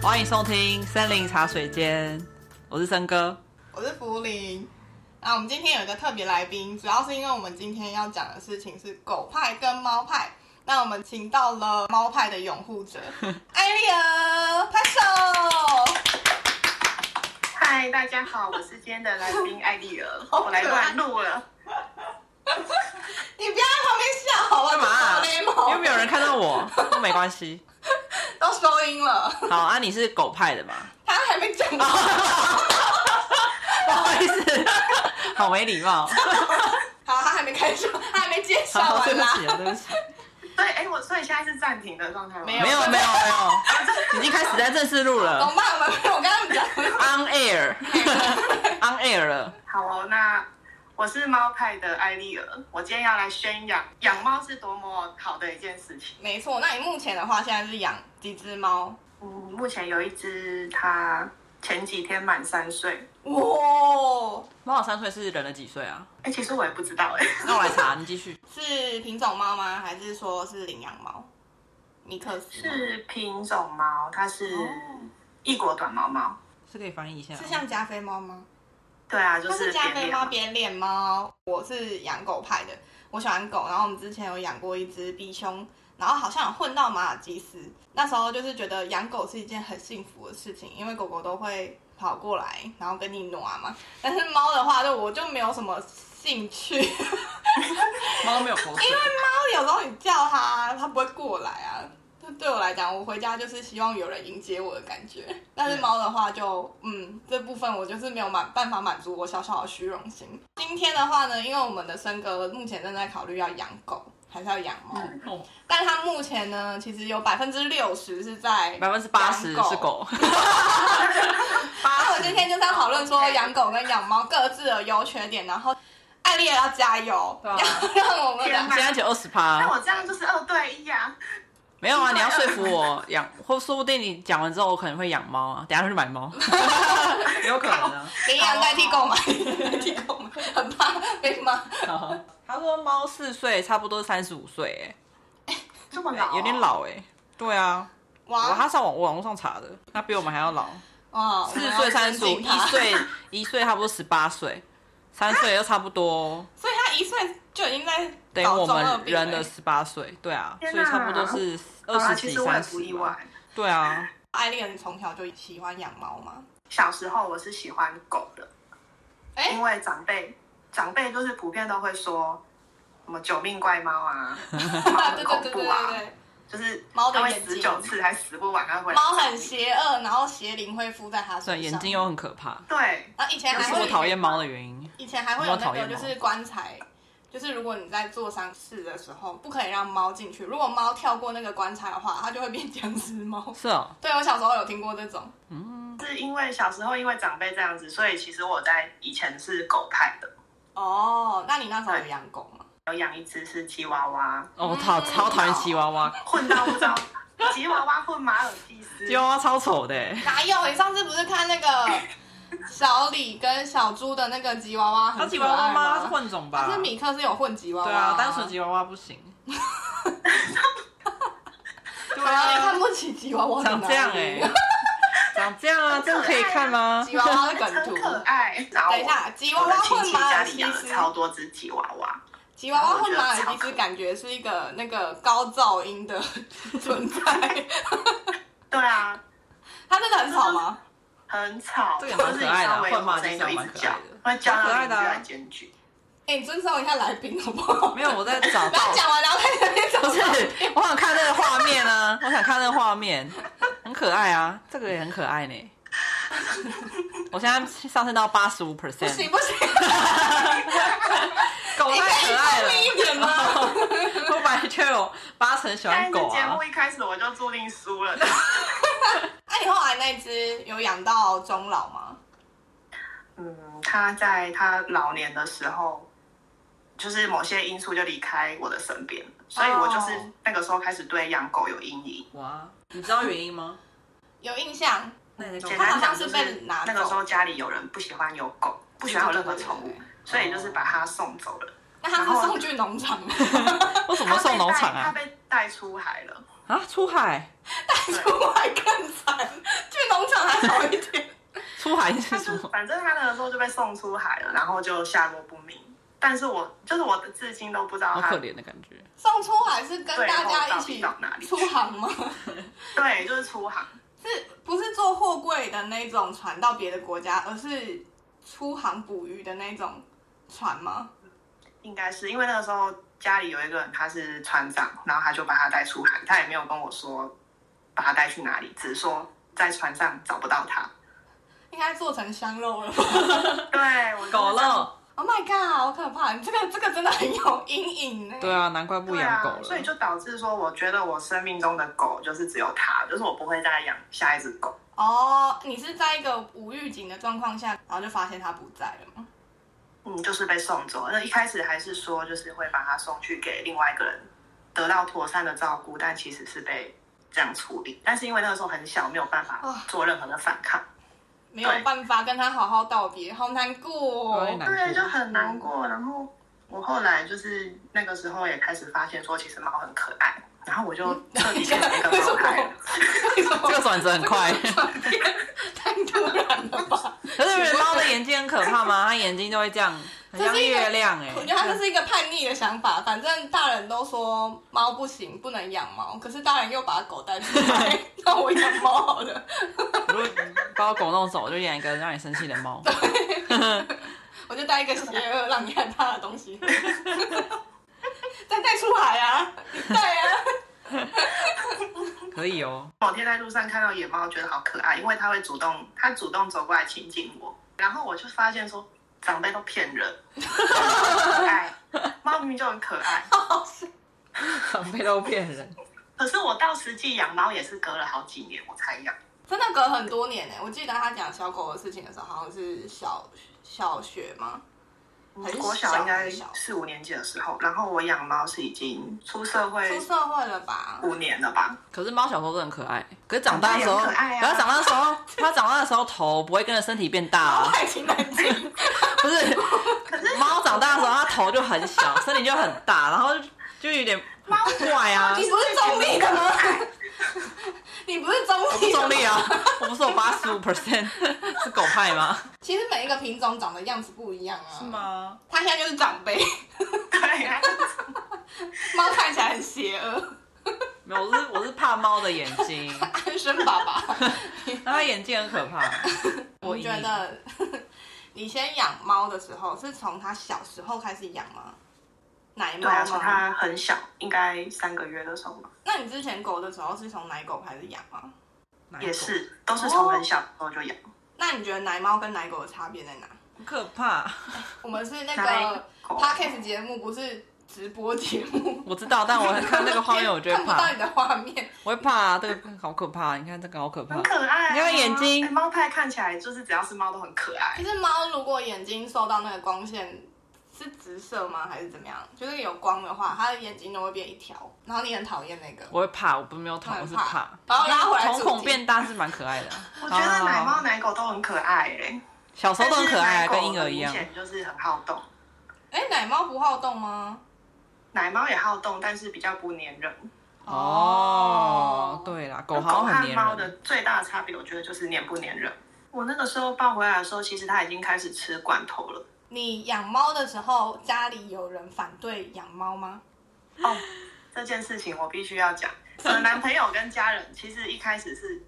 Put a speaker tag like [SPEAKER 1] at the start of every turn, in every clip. [SPEAKER 1] 欢迎收听森林茶水间，我是森哥。
[SPEAKER 2] 我是福林。啊，我们今天有一个特别来宾，主要是因为我们今天要讲的事情是狗派跟猫派。那我们请到了猫派的拥 护者艾丽儿，拍手！
[SPEAKER 3] 嗨，大家好，我是今天的来宾艾丽儿，
[SPEAKER 2] 好可爱
[SPEAKER 3] 我来乱录了。
[SPEAKER 2] 你不要在旁边笑好了，
[SPEAKER 1] 干嘛、
[SPEAKER 2] 这是好雷
[SPEAKER 1] 又
[SPEAKER 2] 蒙
[SPEAKER 1] 没有人看到我，都没关系。
[SPEAKER 2] 都收音了，
[SPEAKER 1] 好啊，你是狗派 的嘛？
[SPEAKER 2] 他还没讲 完。
[SPEAKER 1] 不好意思，好没礼貌。
[SPEAKER 2] 好，他还没开始，他还没介绍
[SPEAKER 1] 好，对不
[SPEAKER 2] 完啦。
[SPEAKER 1] 起，对不起，
[SPEAKER 3] 对，哎，我所以现在是暂停的状态吗？
[SPEAKER 2] 没
[SPEAKER 1] 没有没有没有，已经开始在正式录了
[SPEAKER 2] 懂吧？我们我刚刚讲，
[SPEAKER 1] ，on air，on air 了。
[SPEAKER 3] 好哦，那我是猫派的艾丽儿，我今天要来宣扬养猫是多么好的一件事情。
[SPEAKER 2] 没错。那你目前的话，现在是养几只猫？
[SPEAKER 3] 嗯，目前有一只它前几天满三岁，
[SPEAKER 2] 哇，
[SPEAKER 1] 猫老三岁是人的几岁啊？
[SPEAKER 3] 哎，其实我也不知道哎。
[SPEAKER 1] 那我来查，你继续。
[SPEAKER 2] 是品种猫吗？还是说是领养猫？米克斯吗
[SPEAKER 3] 是品种猫，它是
[SPEAKER 2] 哦
[SPEAKER 3] 异国短毛猫。
[SPEAKER 1] 是可以翻译一下吗，
[SPEAKER 2] 是像加菲猫吗？
[SPEAKER 3] 对啊，就
[SPEAKER 2] 它是加
[SPEAKER 3] 扁
[SPEAKER 2] 菲
[SPEAKER 3] 脸
[SPEAKER 2] 猫
[SPEAKER 3] 猫。
[SPEAKER 2] 边脸猫，我是养狗派的，我喜欢狗。然后我们之前有养过一只比熊，然后好像有混到马尔济斯。那时候就是觉得养狗是一件很幸福的事情，因为狗狗都会跑过来，然后跟你挪啊嘛。但是猫的话，就我就没有什么兴趣，因为
[SPEAKER 1] 猫没有口水。
[SPEAKER 2] 有时候你叫它，它不会过来啊。就对我来讲，我回家就是希望有人迎接我的感觉。但是猫的话就，嗯，这部分我就是没有满办法满足我小小的虚荣心。今天的话呢，因为我们的森哥目前正在考虑要养狗还是要养猫，
[SPEAKER 1] 哦
[SPEAKER 2] 但他目前呢，其实有百分之六十是在
[SPEAKER 1] 百分之八十
[SPEAKER 2] 养
[SPEAKER 1] 是。狗，
[SPEAKER 2] 然后
[SPEAKER 1] 八
[SPEAKER 2] 我
[SPEAKER 1] 十
[SPEAKER 2] 今天就是要讨论说
[SPEAKER 1] 嗯
[SPEAKER 2] 养狗跟养猫各自的优缺点，然后艾丽也要加油，
[SPEAKER 1] 对啊
[SPEAKER 2] 要让我们
[SPEAKER 3] 天
[SPEAKER 2] 俩
[SPEAKER 3] 哪
[SPEAKER 1] 现在只有二十
[SPEAKER 3] 那
[SPEAKER 1] 趴，
[SPEAKER 3] 我这样就是二对一啊。
[SPEAKER 1] 没有啊！你要说服我养， 或说不定你讲完之后，我可能会养猫啊，等一下就去买 猫，有可能啊。
[SPEAKER 2] 领养代替购买，代替购买，很怕被骂。
[SPEAKER 1] 好
[SPEAKER 3] 啊
[SPEAKER 1] 他说猫四岁，差不多三十五岁，
[SPEAKER 3] 这么
[SPEAKER 1] 哎
[SPEAKER 3] 老、，哦，
[SPEAKER 1] 有点。老哎。对啊，我他
[SPEAKER 2] 哇
[SPEAKER 1] 上网网络上查的，他比我们还要老，
[SPEAKER 2] 哇，
[SPEAKER 1] 四岁三十
[SPEAKER 2] 组
[SPEAKER 1] 五，一岁一岁差不多十八岁，三岁又差不多
[SPEAKER 2] 所以他一岁就已经在
[SPEAKER 1] 等于
[SPEAKER 2] 搞
[SPEAKER 1] 我
[SPEAKER 2] 中二
[SPEAKER 1] 们
[SPEAKER 2] 病了
[SPEAKER 1] 人的十八岁，对啊，
[SPEAKER 3] 欸天
[SPEAKER 1] 所以
[SPEAKER 3] 哪
[SPEAKER 1] 差不多是
[SPEAKER 3] 好
[SPEAKER 1] 二
[SPEAKER 3] 啦
[SPEAKER 1] 十
[SPEAKER 3] 其
[SPEAKER 1] 几
[SPEAKER 3] 实我也
[SPEAKER 1] 三
[SPEAKER 3] 不
[SPEAKER 1] 十
[SPEAKER 3] 意。外。
[SPEAKER 1] 对啊，
[SPEAKER 2] 艾丽人从小就喜欢养猫吗？
[SPEAKER 3] 小时候我是喜欢狗的，
[SPEAKER 2] 哎
[SPEAKER 3] 因为长辈长辈就是普遍都会说什么九命怪 猫啊，猫
[SPEAKER 2] 啊，对对
[SPEAKER 3] 很恐
[SPEAKER 2] 对对
[SPEAKER 3] 怖
[SPEAKER 2] 对
[SPEAKER 3] 啊，
[SPEAKER 2] 对，
[SPEAKER 3] 就是
[SPEAKER 2] 猫的
[SPEAKER 3] 它会
[SPEAKER 2] 眼
[SPEAKER 3] 死
[SPEAKER 2] 睛
[SPEAKER 3] 九次还死不完，它会来
[SPEAKER 2] 猫
[SPEAKER 3] 找
[SPEAKER 2] 很
[SPEAKER 3] 你
[SPEAKER 2] 邪恶，然后邪灵会附在它身
[SPEAKER 1] 对，
[SPEAKER 2] 上。
[SPEAKER 1] 眼睛又很可怕，
[SPEAKER 3] 对，
[SPEAKER 2] 然后以前
[SPEAKER 1] 这
[SPEAKER 2] 还
[SPEAKER 1] 是
[SPEAKER 2] 会
[SPEAKER 1] 我讨厌猫的原因。
[SPEAKER 2] 以前还会有那
[SPEAKER 1] 猫讨
[SPEAKER 2] 个
[SPEAKER 1] 厌
[SPEAKER 2] 就
[SPEAKER 1] 猫
[SPEAKER 2] 是棺材，就是如果你在做丧事的时候，不可以让猫进去。如果猫跳过那个棺材的话，它就会变僵尸猫。
[SPEAKER 1] 是哦，
[SPEAKER 2] 对我小时候有听过这种，
[SPEAKER 3] 是因为小时候因为长辈这样子，所以其实我在以前是狗派的，
[SPEAKER 2] 哦，那你那时候有养狗吗？
[SPEAKER 3] 有养一只是吉娃娃，
[SPEAKER 1] 哦，我讨超讨厌吉娃娃，
[SPEAKER 3] 混到不知道吉娃娃混马尔济斯
[SPEAKER 1] 吉，娃娃超丑的欸，
[SPEAKER 2] 哪有？你上次不是看那个小李跟小猪的那个吉娃娃很可爱
[SPEAKER 1] 吗？它
[SPEAKER 2] 吗
[SPEAKER 1] 是？混种吧？
[SPEAKER 2] 但是米克是有混吉娃娃，
[SPEAKER 1] 对啊，单纯吉娃娃不 行。对
[SPEAKER 2] 娃娃，你看
[SPEAKER 1] 啊，
[SPEAKER 2] 不起吉娃娃的
[SPEAKER 1] 长
[SPEAKER 2] 哪
[SPEAKER 1] 这
[SPEAKER 2] 里
[SPEAKER 1] 样哎、长这样啊，这个可以看吗？
[SPEAKER 2] 吉娃娃的梗
[SPEAKER 3] 很
[SPEAKER 2] 图。
[SPEAKER 3] 可爱。然后
[SPEAKER 2] 等一下，吉娃
[SPEAKER 3] 我
[SPEAKER 2] 娃
[SPEAKER 3] 的亲
[SPEAKER 2] 混
[SPEAKER 3] 戚
[SPEAKER 2] 马
[SPEAKER 3] 家
[SPEAKER 2] 尔
[SPEAKER 3] 里
[SPEAKER 2] 济
[SPEAKER 3] 养了
[SPEAKER 2] 斯，
[SPEAKER 3] 超多只吉娃娃。
[SPEAKER 2] 吉娃娃混马尔济斯感觉是一个那个高噪音的存在。
[SPEAKER 3] 对啊，
[SPEAKER 2] 它真的很吵 吗？
[SPEAKER 3] 很吵，
[SPEAKER 1] 这个也蛮可爱的啊
[SPEAKER 3] 就是你稍微
[SPEAKER 1] 换马
[SPEAKER 3] 有声音
[SPEAKER 1] 机
[SPEAKER 3] 就
[SPEAKER 1] 是
[SPEAKER 3] 一
[SPEAKER 1] 蛮
[SPEAKER 3] 直
[SPEAKER 1] 可爱
[SPEAKER 3] 叫
[SPEAKER 1] 的，
[SPEAKER 3] 会叫
[SPEAKER 1] 蛮可爱的
[SPEAKER 3] 到邻居
[SPEAKER 1] 啊
[SPEAKER 3] 来检举。
[SPEAKER 2] 哎、你尊重一下来宾好不好？
[SPEAKER 1] 没有，我在找
[SPEAKER 2] 不要
[SPEAKER 1] 到。
[SPEAKER 2] 讲完然后在那边走。
[SPEAKER 1] 不是，我想看那个画面啊，我想看那个画面，很可爱啊，这个也很可爱呢。我现在上升到八十五
[SPEAKER 2] 不
[SPEAKER 1] percent，
[SPEAKER 2] 行不行，
[SPEAKER 1] 狗
[SPEAKER 2] 你
[SPEAKER 1] 太
[SPEAKER 2] 可
[SPEAKER 1] 可
[SPEAKER 2] 以
[SPEAKER 1] 爱
[SPEAKER 2] 聪
[SPEAKER 1] 了。
[SPEAKER 2] 明一点吗？
[SPEAKER 1] 我本来就有八成喜欢
[SPEAKER 3] 但是
[SPEAKER 1] 狗
[SPEAKER 3] 节
[SPEAKER 1] 啊
[SPEAKER 3] 目，一开始我就注定输了，
[SPEAKER 2] 那、你后来那只有养到终老吗？
[SPEAKER 3] 嗯，他在他老年的时候，就是某些因素就离开我的身边了，所以我就是
[SPEAKER 2] 哦
[SPEAKER 3] 那个时候开始对养狗有阴影。
[SPEAKER 1] 哇，你知道原因吗？
[SPEAKER 2] 有印象，
[SPEAKER 1] 那你
[SPEAKER 3] 简
[SPEAKER 2] 它好像
[SPEAKER 3] 单讲
[SPEAKER 2] 是
[SPEAKER 3] 就是
[SPEAKER 2] 被拿走
[SPEAKER 3] 那个时候家里有人不喜欢有狗，不喜欢有任何宠
[SPEAKER 2] 对对
[SPEAKER 3] 物
[SPEAKER 2] 对，
[SPEAKER 3] 所以就是把它送走了。
[SPEAKER 2] 那它是送去农场吗？
[SPEAKER 1] 我怎么送农场啊
[SPEAKER 3] 他？被带出海了，
[SPEAKER 1] 啊，出海，
[SPEAKER 2] 出海更惨，去农场还好一点。
[SPEAKER 1] 出海是
[SPEAKER 3] 他
[SPEAKER 1] 什
[SPEAKER 3] 就
[SPEAKER 1] 么？
[SPEAKER 3] 反正他那个时候就被送出海了，然后就下落不明。但是我就是我至今都不知道
[SPEAKER 1] 好
[SPEAKER 3] 他
[SPEAKER 1] 可怜的感觉。
[SPEAKER 2] 送出海是跟大家一起
[SPEAKER 3] 对然后到底到哪里去
[SPEAKER 2] 出航吗？
[SPEAKER 3] 对，就是出航。
[SPEAKER 2] 是不是坐货柜的那种船到别的国家，而是出航捕鱼的那种船吗？
[SPEAKER 3] 应该是因为那个时候家里有一个人他是船长，然后他就把他带出海，他也没有跟我说把他带去哪里，只是说在船上找不到他。
[SPEAKER 2] 应该做成香肉了吧
[SPEAKER 3] 对，我就是
[SPEAKER 1] 狗肉，
[SPEAKER 2] ？Oh my god，好可怕！你这个这个真的很有阴影欸呢。
[SPEAKER 1] 对啊，难怪不
[SPEAKER 3] 对
[SPEAKER 1] 养狗
[SPEAKER 3] 啊
[SPEAKER 1] 了。，
[SPEAKER 3] 所以就导致说，我觉得我生命中的狗就是只有它，就是我不会再养下一只狗。
[SPEAKER 2] 哦你是在一个无预警的状况下，然后就发现它不在了吗？
[SPEAKER 3] 嗯，就是被送走。那一开始还是说，就是会把它送去给另外一个人，得到妥善的照顾，但其实是被这样处理。但是因为那个时候很小，没有办法
[SPEAKER 2] 啊
[SPEAKER 3] 做任何的反抗，
[SPEAKER 2] 没有办法跟它好好道别，好难过、
[SPEAKER 1] 好
[SPEAKER 2] 哦。
[SPEAKER 1] 啊难
[SPEAKER 3] 对，就
[SPEAKER 1] 过。
[SPEAKER 3] 很难过。然后我后来就是那个时候也开始发现说，其实猫很可爱。然后我 就彻底变成一个猫派了。
[SPEAKER 2] 为什么
[SPEAKER 1] 这个转折很快，
[SPEAKER 2] 太突然了吧？
[SPEAKER 1] 可是你们猫的眼睛很可怕吗？它眼睛就会这样，很像月亮哎、
[SPEAKER 2] 我觉得他这是一个叛逆的想法。反正大人都说猫不行，不能养猫，可是大人又把狗带出来，让我养猫好了。
[SPEAKER 1] 如果把我狗弄走，我就养一个让你生气的猫。
[SPEAKER 2] 我就带一个邪恶让你害怕的东西， 再带出海啊！对啊，
[SPEAKER 1] 可以 哦，
[SPEAKER 3] 某天在路上看到野猫，觉得好可爱，因为它会主动，它主动走过来亲近我，然后我就发现说，长辈都骗 人，可爱，猫明明就很可爱，
[SPEAKER 1] 长辈都骗人。
[SPEAKER 3] 可是我到实际养猫也是隔了好几年我才养，
[SPEAKER 2] 真的隔很多年呢、欸我记得他讲小狗的事情的时候，好像是小小学吗？嗯很
[SPEAKER 3] 国
[SPEAKER 2] 小
[SPEAKER 3] 小应该
[SPEAKER 2] 很小
[SPEAKER 3] 四五年级的时候，然后我养猫是已经出社
[SPEAKER 2] 出
[SPEAKER 3] 会
[SPEAKER 2] 社会了吧？
[SPEAKER 3] 五年了吧，
[SPEAKER 1] 可是猫小时候都很可爱，可是长大的时候，
[SPEAKER 3] 长大也很可爱啊
[SPEAKER 1] 可是长大的时候，它长大的时候头不会跟着身体变大
[SPEAKER 2] 我
[SPEAKER 1] 啊，
[SPEAKER 2] 爱情难听，
[SPEAKER 1] 不是？猫长大的时候，它头就很 小，身体就很大，然后就就有点怪啊
[SPEAKER 2] 你。不是中立的吗？你不是中立的吗
[SPEAKER 1] 中 立啊！我不是有八十五 percent 是狗派吗？
[SPEAKER 2] 其实每一个品种长的样子不一样啊。
[SPEAKER 1] 是？吗？
[SPEAKER 2] 它现在就是长辈，
[SPEAKER 3] 对啊，
[SPEAKER 2] 猫看起来很邪恶。
[SPEAKER 1] 没有，我是我是怕猫的眼睛，
[SPEAKER 2] 安生爸 爸，
[SPEAKER 1] 然后它眼睛很可怕。我
[SPEAKER 2] 我觉得 你先养猫的时候是从它小时候开始养吗？奶
[SPEAKER 3] 对
[SPEAKER 2] 猫
[SPEAKER 3] 啊，从
[SPEAKER 2] 吗？
[SPEAKER 3] 它很小，应该三个月的时候吧，
[SPEAKER 2] 那你之前狗的时候是从奶狗开始养吗？
[SPEAKER 1] 哪一种
[SPEAKER 3] 也是都是从很小的时候就养，
[SPEAKER 2] 哦那你觉得奶猫跟奶狗的差别在哪？
[SPEAKER 1] 很可怕。
[SPEAKER 2] 我们是那
[SPEAKER 3] 奶
[SPEAKER 2] 个
[SPEAKER 3] 狗
[SPEAKER 2] podcast 节目，不是直播节目。
[SPEAKER 1] 我知道，但我看那个画面，我就
[SPEAKER 2] 看
[SPEAKER 1] 会
[SPEAKER 2] 不到
[SPEAKER 1] 怕
[SPEAKER 2] 你，的画面，
[SPEAKER 1] 我会怕、啊，这个好可怕。你看这个好可怕
[SPEAKER 3] 很，可爱、啊，
[SPEAKER 1] 你看眼睛
[SPEAKER 3] 哎猫派看起来就是只要是猫都很可
[SPEAKER 2] 可。
[SPEAKER 3] 爱
[SPEAKER 2] 是猫如果眼睛受到那个光线是直射吗？还是怎么样？就是有光的话，它的眼睛都会变一条，然后你很讨厌那个。
[SPEAKER 1] 我会怕，我不是没有讨，我是怕。
[SPEAKER 2] 然后拉回来
[SPEAKER 1] 瞳
[SPEAKER 2] 主题
[SPEAKER 1] 孔变大是蛮可爱的。
[SPEAKER 2] 哦
[SPEAKER 3] 我觉得奶
[SPEAKER 1] 好好
[SPEAKER 3] 猫
[SPEAKER 1] 好
[SPEAKER 3] 奶狗都很可爱哎、欸，
[SPEAKER 1] 小时候都很可爱啊，跟
[SPEAKER 3] 但是奶狗
[SPEAKER 1] 婴儿一样
[SPEAKER 3] 很。明显就是很好动。
[SPEAKER 2] 哎，奶猫不好动吗？
[SPEAKER 3] 奶猫也好动，但是比较不粘人。
[SPEAKER 1] 哦，，对啦，狗好像很
[SPEAKER 3] 和猫
[SPEAKER 1] 粘
[SPEAKER 3] 的
[SPEAKER 1] 人。
[SPEAKER 3] 最大的差别，我觉得就是粘不粘人。我那个时候抱回来的时候，其实它已经开始吃罐头了。
[SPEAKER 2] 你养猫的时候，家里有人反对养猫吗？
[SPEAKER 3] 哦，这件事情我必须要讲。我的男朋友跟家人其实一开始是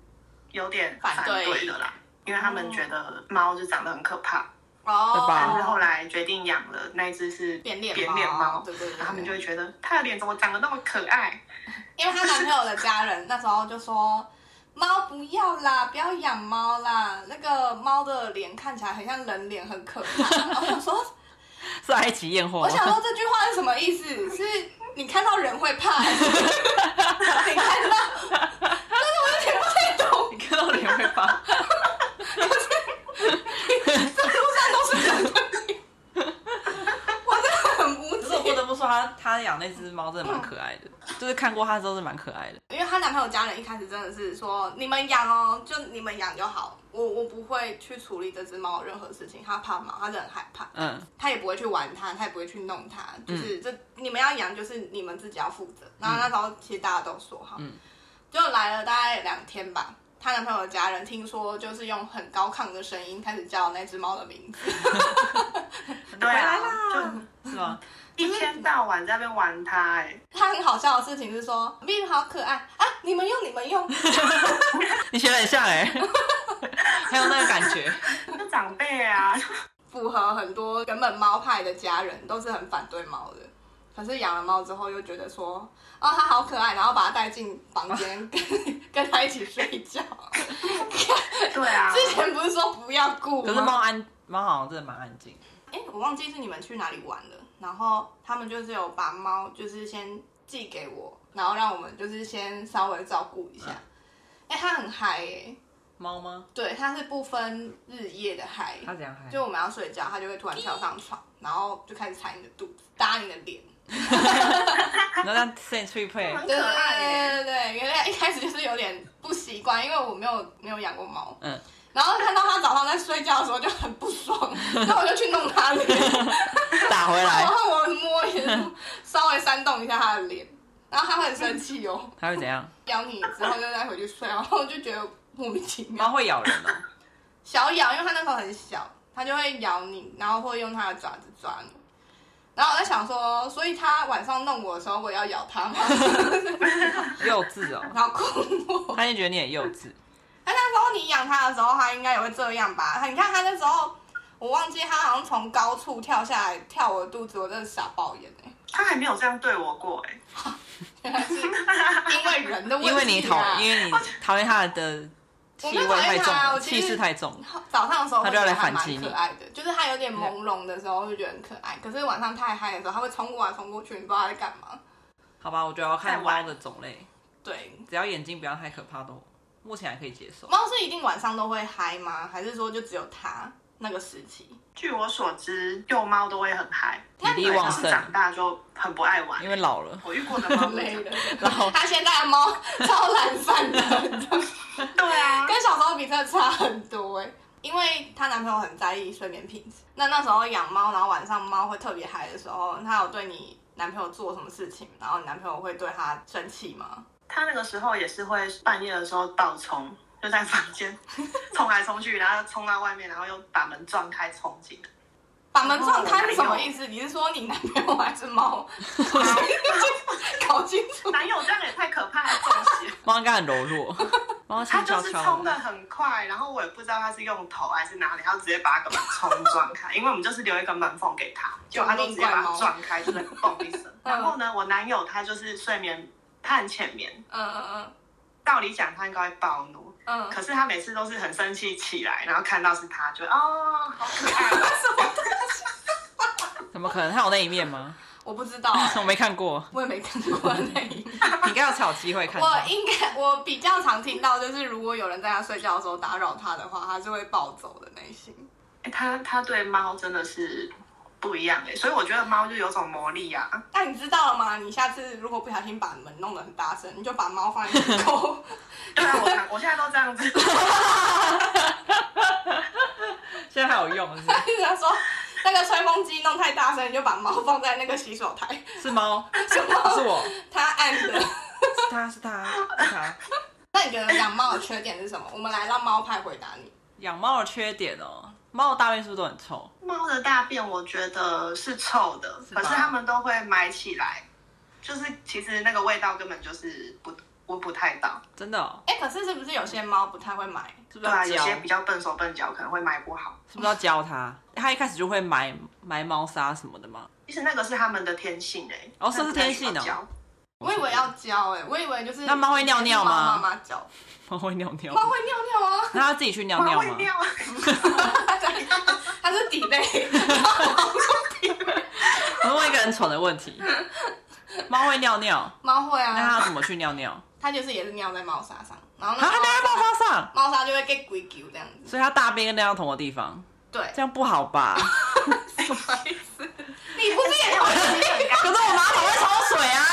[SPEAKER 3] 有点反对的啦，因为他们觉得猫就长得很可怕，
[SPEAKER 2] 哦
[SPEAKER 1] 对吧
[SPEAKER 3] 但是后来决定养了那一只是
[SPEAKER 2] 变脸
[SPEAKER 3] 扁脸猫，
[SPEAKER 2] 对对对
[SPEAKER 3] 然后他们就会觉得它的脸怎么长得那么可爱？
[SPEAKER 2] 因为她男朋友的家人那时候就说。猫不要啦，不要养猫啦。那个猫的脸看起来很像人脸，很可怕。 然后我想说，
[SPEAKER 1] 是埃及艳后
[SPEAKER 2] 我
[SPEAKER 1] 吗？
[SPEAKER 2] 想说这句话是什么意思？是你看到人会怕，还是你看到？但是我有点不太懂。
[SPEAKER 1] 你看到脸会怕。
[SPEAKER 2] 这路上都是人的脸，我真的很 无
[SPEAKER 1] 可是我不
[SPEAKER 2] 解。
[SPEAKER 1] 得不说，他他养那只猫真的蛮可爱的，就是看过它之后是蛮可爱的。
[SPEAKER 2] 因为她男朋友家人一开始真的是说，你们养哦，就你们养就好，我我不会去处理这只猫任何事情。她怕猫，她真的很害怕，
[SPEAKER 1] 嗯，
[SPEAKER 2] 她也不会去玩它，她也不会去弄它，就是这你们要养就是你们自己要负责。然后那时候其实大家都说好，
[SPEAKER 1] 嗯
[SPEAKER 2] 就来了大概两天吧。她男朋友的家人听说，就是用很高亢的声音开始叫那只猫的名字。
[SPEAKER 1] 回
[SPEAKER 3] 对啊
[SPEAKER 1] 来啦，
[SPEAKER 3] 就是
[SPEAKER 1] 吗？
[SPEAKER 3] 一天到晚在那边玩它、哎，
[SPEAKER 2] 她很好笑的事情是说，Viv 好可爱啊，你们用你们用，
[SPEAKER 1] 你学的很像 哎、还有那个感觉。
[SPEAKER 3] 那长辈啊，
[SPEAKER 2] 符合很多原本猫派的家人都是很反对猫的。可是养了猫之后，又觉得说，哦，它好可爱，然后把它带进房 间，跟跟它一起睡觉。
[SPEAKER 3] 对啊，
[SPEAKER 2] 之前不是说不要顾吗？
[SPEAKER 1] 可是猫安猫好像真的蛮安静。
[SPEAKER 2] 哎、我忘记是你们去哪里玩了，然后他们就是有把猫就是先寄给我，然后让我们就是先稍微照顾一下。
[SPEAKER 1] 嗯
[SPEAKER 2] 哎、它很嗨哎、
[SPEAKER 1] 猫吗？
[SPEAKER 2] 对，它是不分日夜的嗨，
[SPEAKER 1] 它怎样嗨？
[SPEAKER 2] 就我们要睡觉，它就会突然跳上床，然后就开始踩你的肚子，打你的脸。
[SPEAKER 1] 然后这样 s e n t r y play，
[SPEAKER 3] 很
[SPEAKER 2] 对
[SPEAKER 3] 可
[SPEAKER 2] 对
[SPEAKER 3] 爱、
[SPEAKER 2] 对对对，原来一开始就是有点不习惯，因为我没有没有养过猫，
[SPEAKER 1] 嗯，
[SPEAKER 2] 然后看到它早上在睡觉的时候就很不爽，那我就去弄它脸。
[SPEAKER 1] 打回
[SPEAKER 2] 然
[SPEAKER 1] 来，
[SPEAKER 2] 后我摸一下，稍微煽动一下他的脸，然后他会很生气哦，
[SPEAKER 1] 它会怎样？
[SPEAKER 2] 咬你之后就再回去睡，然后我就觉得莫名其妙。
[SPEAKER 1] 猫会咬人哦。
[SPEAKER 2] 小咬，因为它那时候很小，它就会咬你，然后会用它的爪子抓你。然后我在想说，所以它晚上弄我的时候，我也要咬它吗？
[SPEAKER 1] 幼稚哦，
[SPEAKER 2] 然后困我。
[SPEAKER 1] 它就觉得你很幼稚。
[SPEAKER 2] 哎，那时候你养它的时候，它应该也会这样吧？它你看它那时候，我忘记它好像从高处跳下来，跳我的肚子，我真的傻爆眼哎、
[SPEAKER 3] 它还没有这样对我过、哎，
[SPEAKER 2] 因为人的问题、啊，
[SPEAKER 1] 因为你讨，因为你讨厌它的气味太重了，气势太重了。
[SPEAKER 2] 早上的时候，
[SPEAKER 1] 他就要来反击
[SPEAKER 2] 蛮
[SPEAKER 1] 你
[SPEAKER 2] 可爱的，就是他有点朦胧的时候会觉得很可爱，可是晚上太嗨的时候，他会冲过来冲过去，你不知道他在干嘛。
[SPEAKER 1] 好吧，我觉得要看猫的种类，
[SPEAKER 2] 对，
[SPEAKER 1] 只要眼睛不要太可怕都，目前还可以接受。
[SPEAKER 2] 猫是一定晚上都会嗨吗？还是说就只有它那个时期？
[SPEAKER 3] 据我所知，幼猫都会很嗨，
[SPEAKER 1] 体力旺
[SPEAKER 3] 可
[SPEAKER 1] 盛
[SPEAKER 3] 是，长大就很不爱玩
[SPEAKER 1] 因。为老 了。
[SPEAKER 3] 我遇过的猫 都
[SPEAKER 2] 累
[SPEAKER 3] 是
[SPEAKER 2] 了
[SPEAKER 1] 然后，
[SPEAKER 2] 它现在的猫超懒 散的，
[SPEAKER 3] 对啊，
[SPEAKER 2] 跟小时候比真的差很多哎、因为她男朋友很在意睡眠品质。那那时候养猫，然后晚上猫会特别嗨的时候，她有对你男朋友做什么事情，然后你男朋友会对她生气吗？
[SPEAKER 3] 他那个时候也是会半夜的时候暴冲，就在房 间冲来冲去，然后冲到外面，然后又把门撞开冲进 来。
[SPEAKER 2] 把门撞开是什么意
[SPEAKER 1] 哦
[SPEAKER 2] 思？你是说你男朋友还是猫？ 搞清楚。
[SPEAKER 3] 男友这样也太可怕了，中邪。
[SPEAKER 1] 猫应该很柔 弱，猫
[SPEAKER 3] 他
[SPEAKER 1] 轻
[SPEAKER 3] 就
[SPEAKER 1] 悄
[SPEAKER 3] 是冲
[SPEAKER 1] 悄
[SPEAKER 3] 的。很快，然后我也不知道他是用头还是哪里，然后直接把他个门冲撞开，因为我们就是留一个门缝给他，结果他都直接把它撞开，就是嘣一声。然后呢，我男友他就是睡眠，他很浅眠，
[SPEAKER 2] 嗯嗯
[SPEAKER 3] 道理讲他应该会暴怒，
[SPEAKER 2] 嗯嗯，
[SPEAKER 3] 可是他每次都是很生气起来，然后看到是他，就哦，好可爱哦。
[SPEAKER 1] 怎么可能？它有那一面 吗？
[SPEAKER 2] 我不知道，啊
[SPEAKER 1] 我没看过，
[SPEAKER 2] 我也没看过那一幕。
[SPEAKER 1] 你应该要找机会看到。
[SPEAKER 2] 我应该 我比较常听到，就是如果有人在他睡觉的时候打扰他的话，他是会暴走的内心。
[SPEAKER 3] 欸他他对猫真的是不一样哎、所以我觉得猫就有种魔力啊。
[SPEAKER 2] 那你知道了吗？你下次如果不小心把门弄得很大声，你就把猫放在门口。
[SPEAKER 3] 对啊，我常我现在都这样子，
[SPEAKER 1] 现在还有用是不
[SPEAKER 2] 跟他说那个吹风机弄太大声，你就把猫放在那个洗手台。
[SPEAKER 1] 是？是猫？
[SPEAKER 2] 什
[SPEAKER 1] 是
[SPEAKER 2] 么？
[SPEAKER 1] 我？
[SPEAKER 2] 他按的。
[SPEAKER 1] 是它？是它？是它？
[SPEAKER 2] 那你觉得养猫的缺点是什么？我们来让猫派回答你。
[SPEAKER 1] 养猫的缺点哦，猫的大便是不是都很臭？
[SPEAKER 3] 猫的大便我觉得是臭的，
[SPEAKER 1] 是吧
[SPEAKER 3] 可是它们都会埋起来，就是其实那个味道根本就是不闻不太到。
[SPEAKER 1] 真的、哦？
[SPEAKER 2] 哎、可是是不是有些猫不太会买？
[SPEAKER 1] 是不
[SPEAKER 3] 对
[SPEAKER 1] 是要
[SPEAKER 3] 啊，有
[SPEAKER 1] 教？
[SPEAKER 3] 些比较笨手笨脚可能会埋不好。
[SPEAKER 1] 是不是要教它？它一开始就会买买猫砂什么的吗？
[SPEAKER 3] 其实那个是它们的天性哎、
[SPEAKER 1] 哦是不是天性哦
[SPEAKER 3] 那不太需要教
[SPEAKER 2] 我以为要教哎、我以为就是
[SPEAKER 1] 那猫会尿尿吗
[SPEAKER 2] 妈妈教，
[SPEAKER 1] 猫会尿尿吗，
[SPEAKER 2] 猫会尿尿啊，
[SPEAKER 1] 那它自己去尿
[SPEAKER 3] 猫
[SPEAKER 1] 哦尿
[SPEAKER 3] 会
[SPEAKER 1] 吗？
[SPEAKER 3] 尿啊，
[SPEAKER 2] 它是底类。
[SPEAKER 1] 我问一个很蠢的问 题，猫会尿尿，
[SPEAKER 2] 猫会
[SPEAKER 1] 那
[SPEAKER 2] 啊，
[SPEAKER 1] 它要怎么去尿尿？啊，
[SPEAKER 2] 它就是也是尿在猫砂上，然后
[SPEAKER 1] 它
[SPEAKER 2] 那
[SPEAKER 1] 尿在啊猫砂上，
[SPEAKER 2] 猫砂就会给鬼丢这样子。
[SPEAKER 1] 所以它大便跟尿尿同个地方，
[SPEAKER 2] 对，
[SPEAKER 1] 这样不好 吧？
[SPEAKER 2] 你不是也有
[SPEAKER 1] 可是我马桶会冲水啊，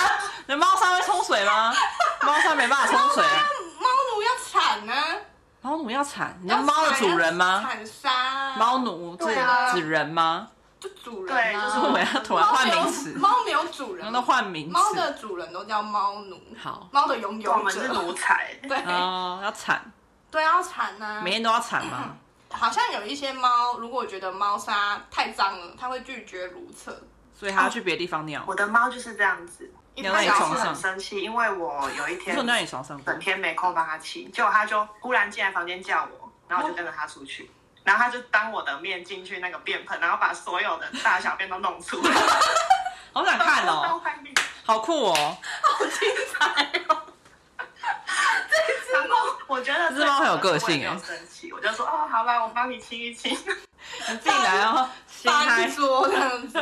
[SPEAKER 1] 那猫砂会冲水吗？猫砂没办法冲水啊，
[SPEAKER 2] 猫奴要铲啊？
[SPEAKER 1] 猫奴要铲，你要猫的主人
[SPEAKER 2] 要
[SPEAKER 1] 吗？
[SPEAKER 2] 铲杀啊，
[SPEAKER 1] 猫奴指
[SPEAKER 3] 对啊
[SPEAKER 1] 指人吗？
[SPEAKER 2] 就主人
[SPEAKER 3] 对，
[SPEAKER 2] 啊。
[SPEAKER 3] 就是
[SPEAKER 1] 我们要突然换名词
[SPEAKER 2] 猫没有猫没有主
[SPEAKER 1] 然后
[SPEAKER 2] 人，
[SPEAKER 1] 都换名字。
[SPEAKER 2] 猫的主人都叫猫奴，
[SPEAKER 1] 好
[SPEAKER 2] 猫的拥
[SPEAKER 3] 我
[SPEAKER 2] 有
[SPEAKER 3] 们
[SPEAKER 2] 者，
[SPEAKER 3] 是奴才，
[SPEAKER 2] 对
[SPEAKER 1] 哦，要铲，
[SPEAKER 2] 对，要铲呢
[SPEAKER 1] 每。天都要铲吗？
[SPEAKER 2] 好像有一些猫，如果觉得猫砂太脏了，它会拒绝如厕。
[SPEAKER 1] 所以他要去别的地方尿。
[SPEAKER 3] 我的猫就是这样子。
[SPEAKER 2] 一
[SPEAKER 1] 尿
[SPEAKER 2] 它
[SPEAKER 1] 在你
[SPEAKER 2] 只要
[SPEAKER 3] 有一
[SPEAKER 1] 床
[SPEAKER 3] 次
[SPEAKER 2] 是
[SPEAKER 1] 上
[SPEAKER 3] 很生气，因为我有一
[SPEAKER 1] 你
[SPEAKER 3] 天
[SPEAKER 1] 说你在你床上过
[SPEAKER 3] 整？天没空帮他清，结果他就忽然进来房间叫我，然后我就跟着他出去，然后他就当我的面进去那个便盆，然后把所有的大小便都弄出来，
[SPEAKER 1] 好想看
[SPEAKER 3] 到
[SPEAKER 1] 哦，
[SPEAKER 3] 外面
[SPEAKER 1] 好酷哦！
[SPEAKER 3] 然后我觉得
[SPEAKER 1] 这只猫很有个性欸
[SPEAKER 3] 我也没有生气，我就说哦，好吧，我帮你清一清。
[SPEAKER 1] 你自己来 哦，心
[SPEAKER 2] 发一
[SPEAKER 1] 开
[SPEAKER 2] 桌这样子，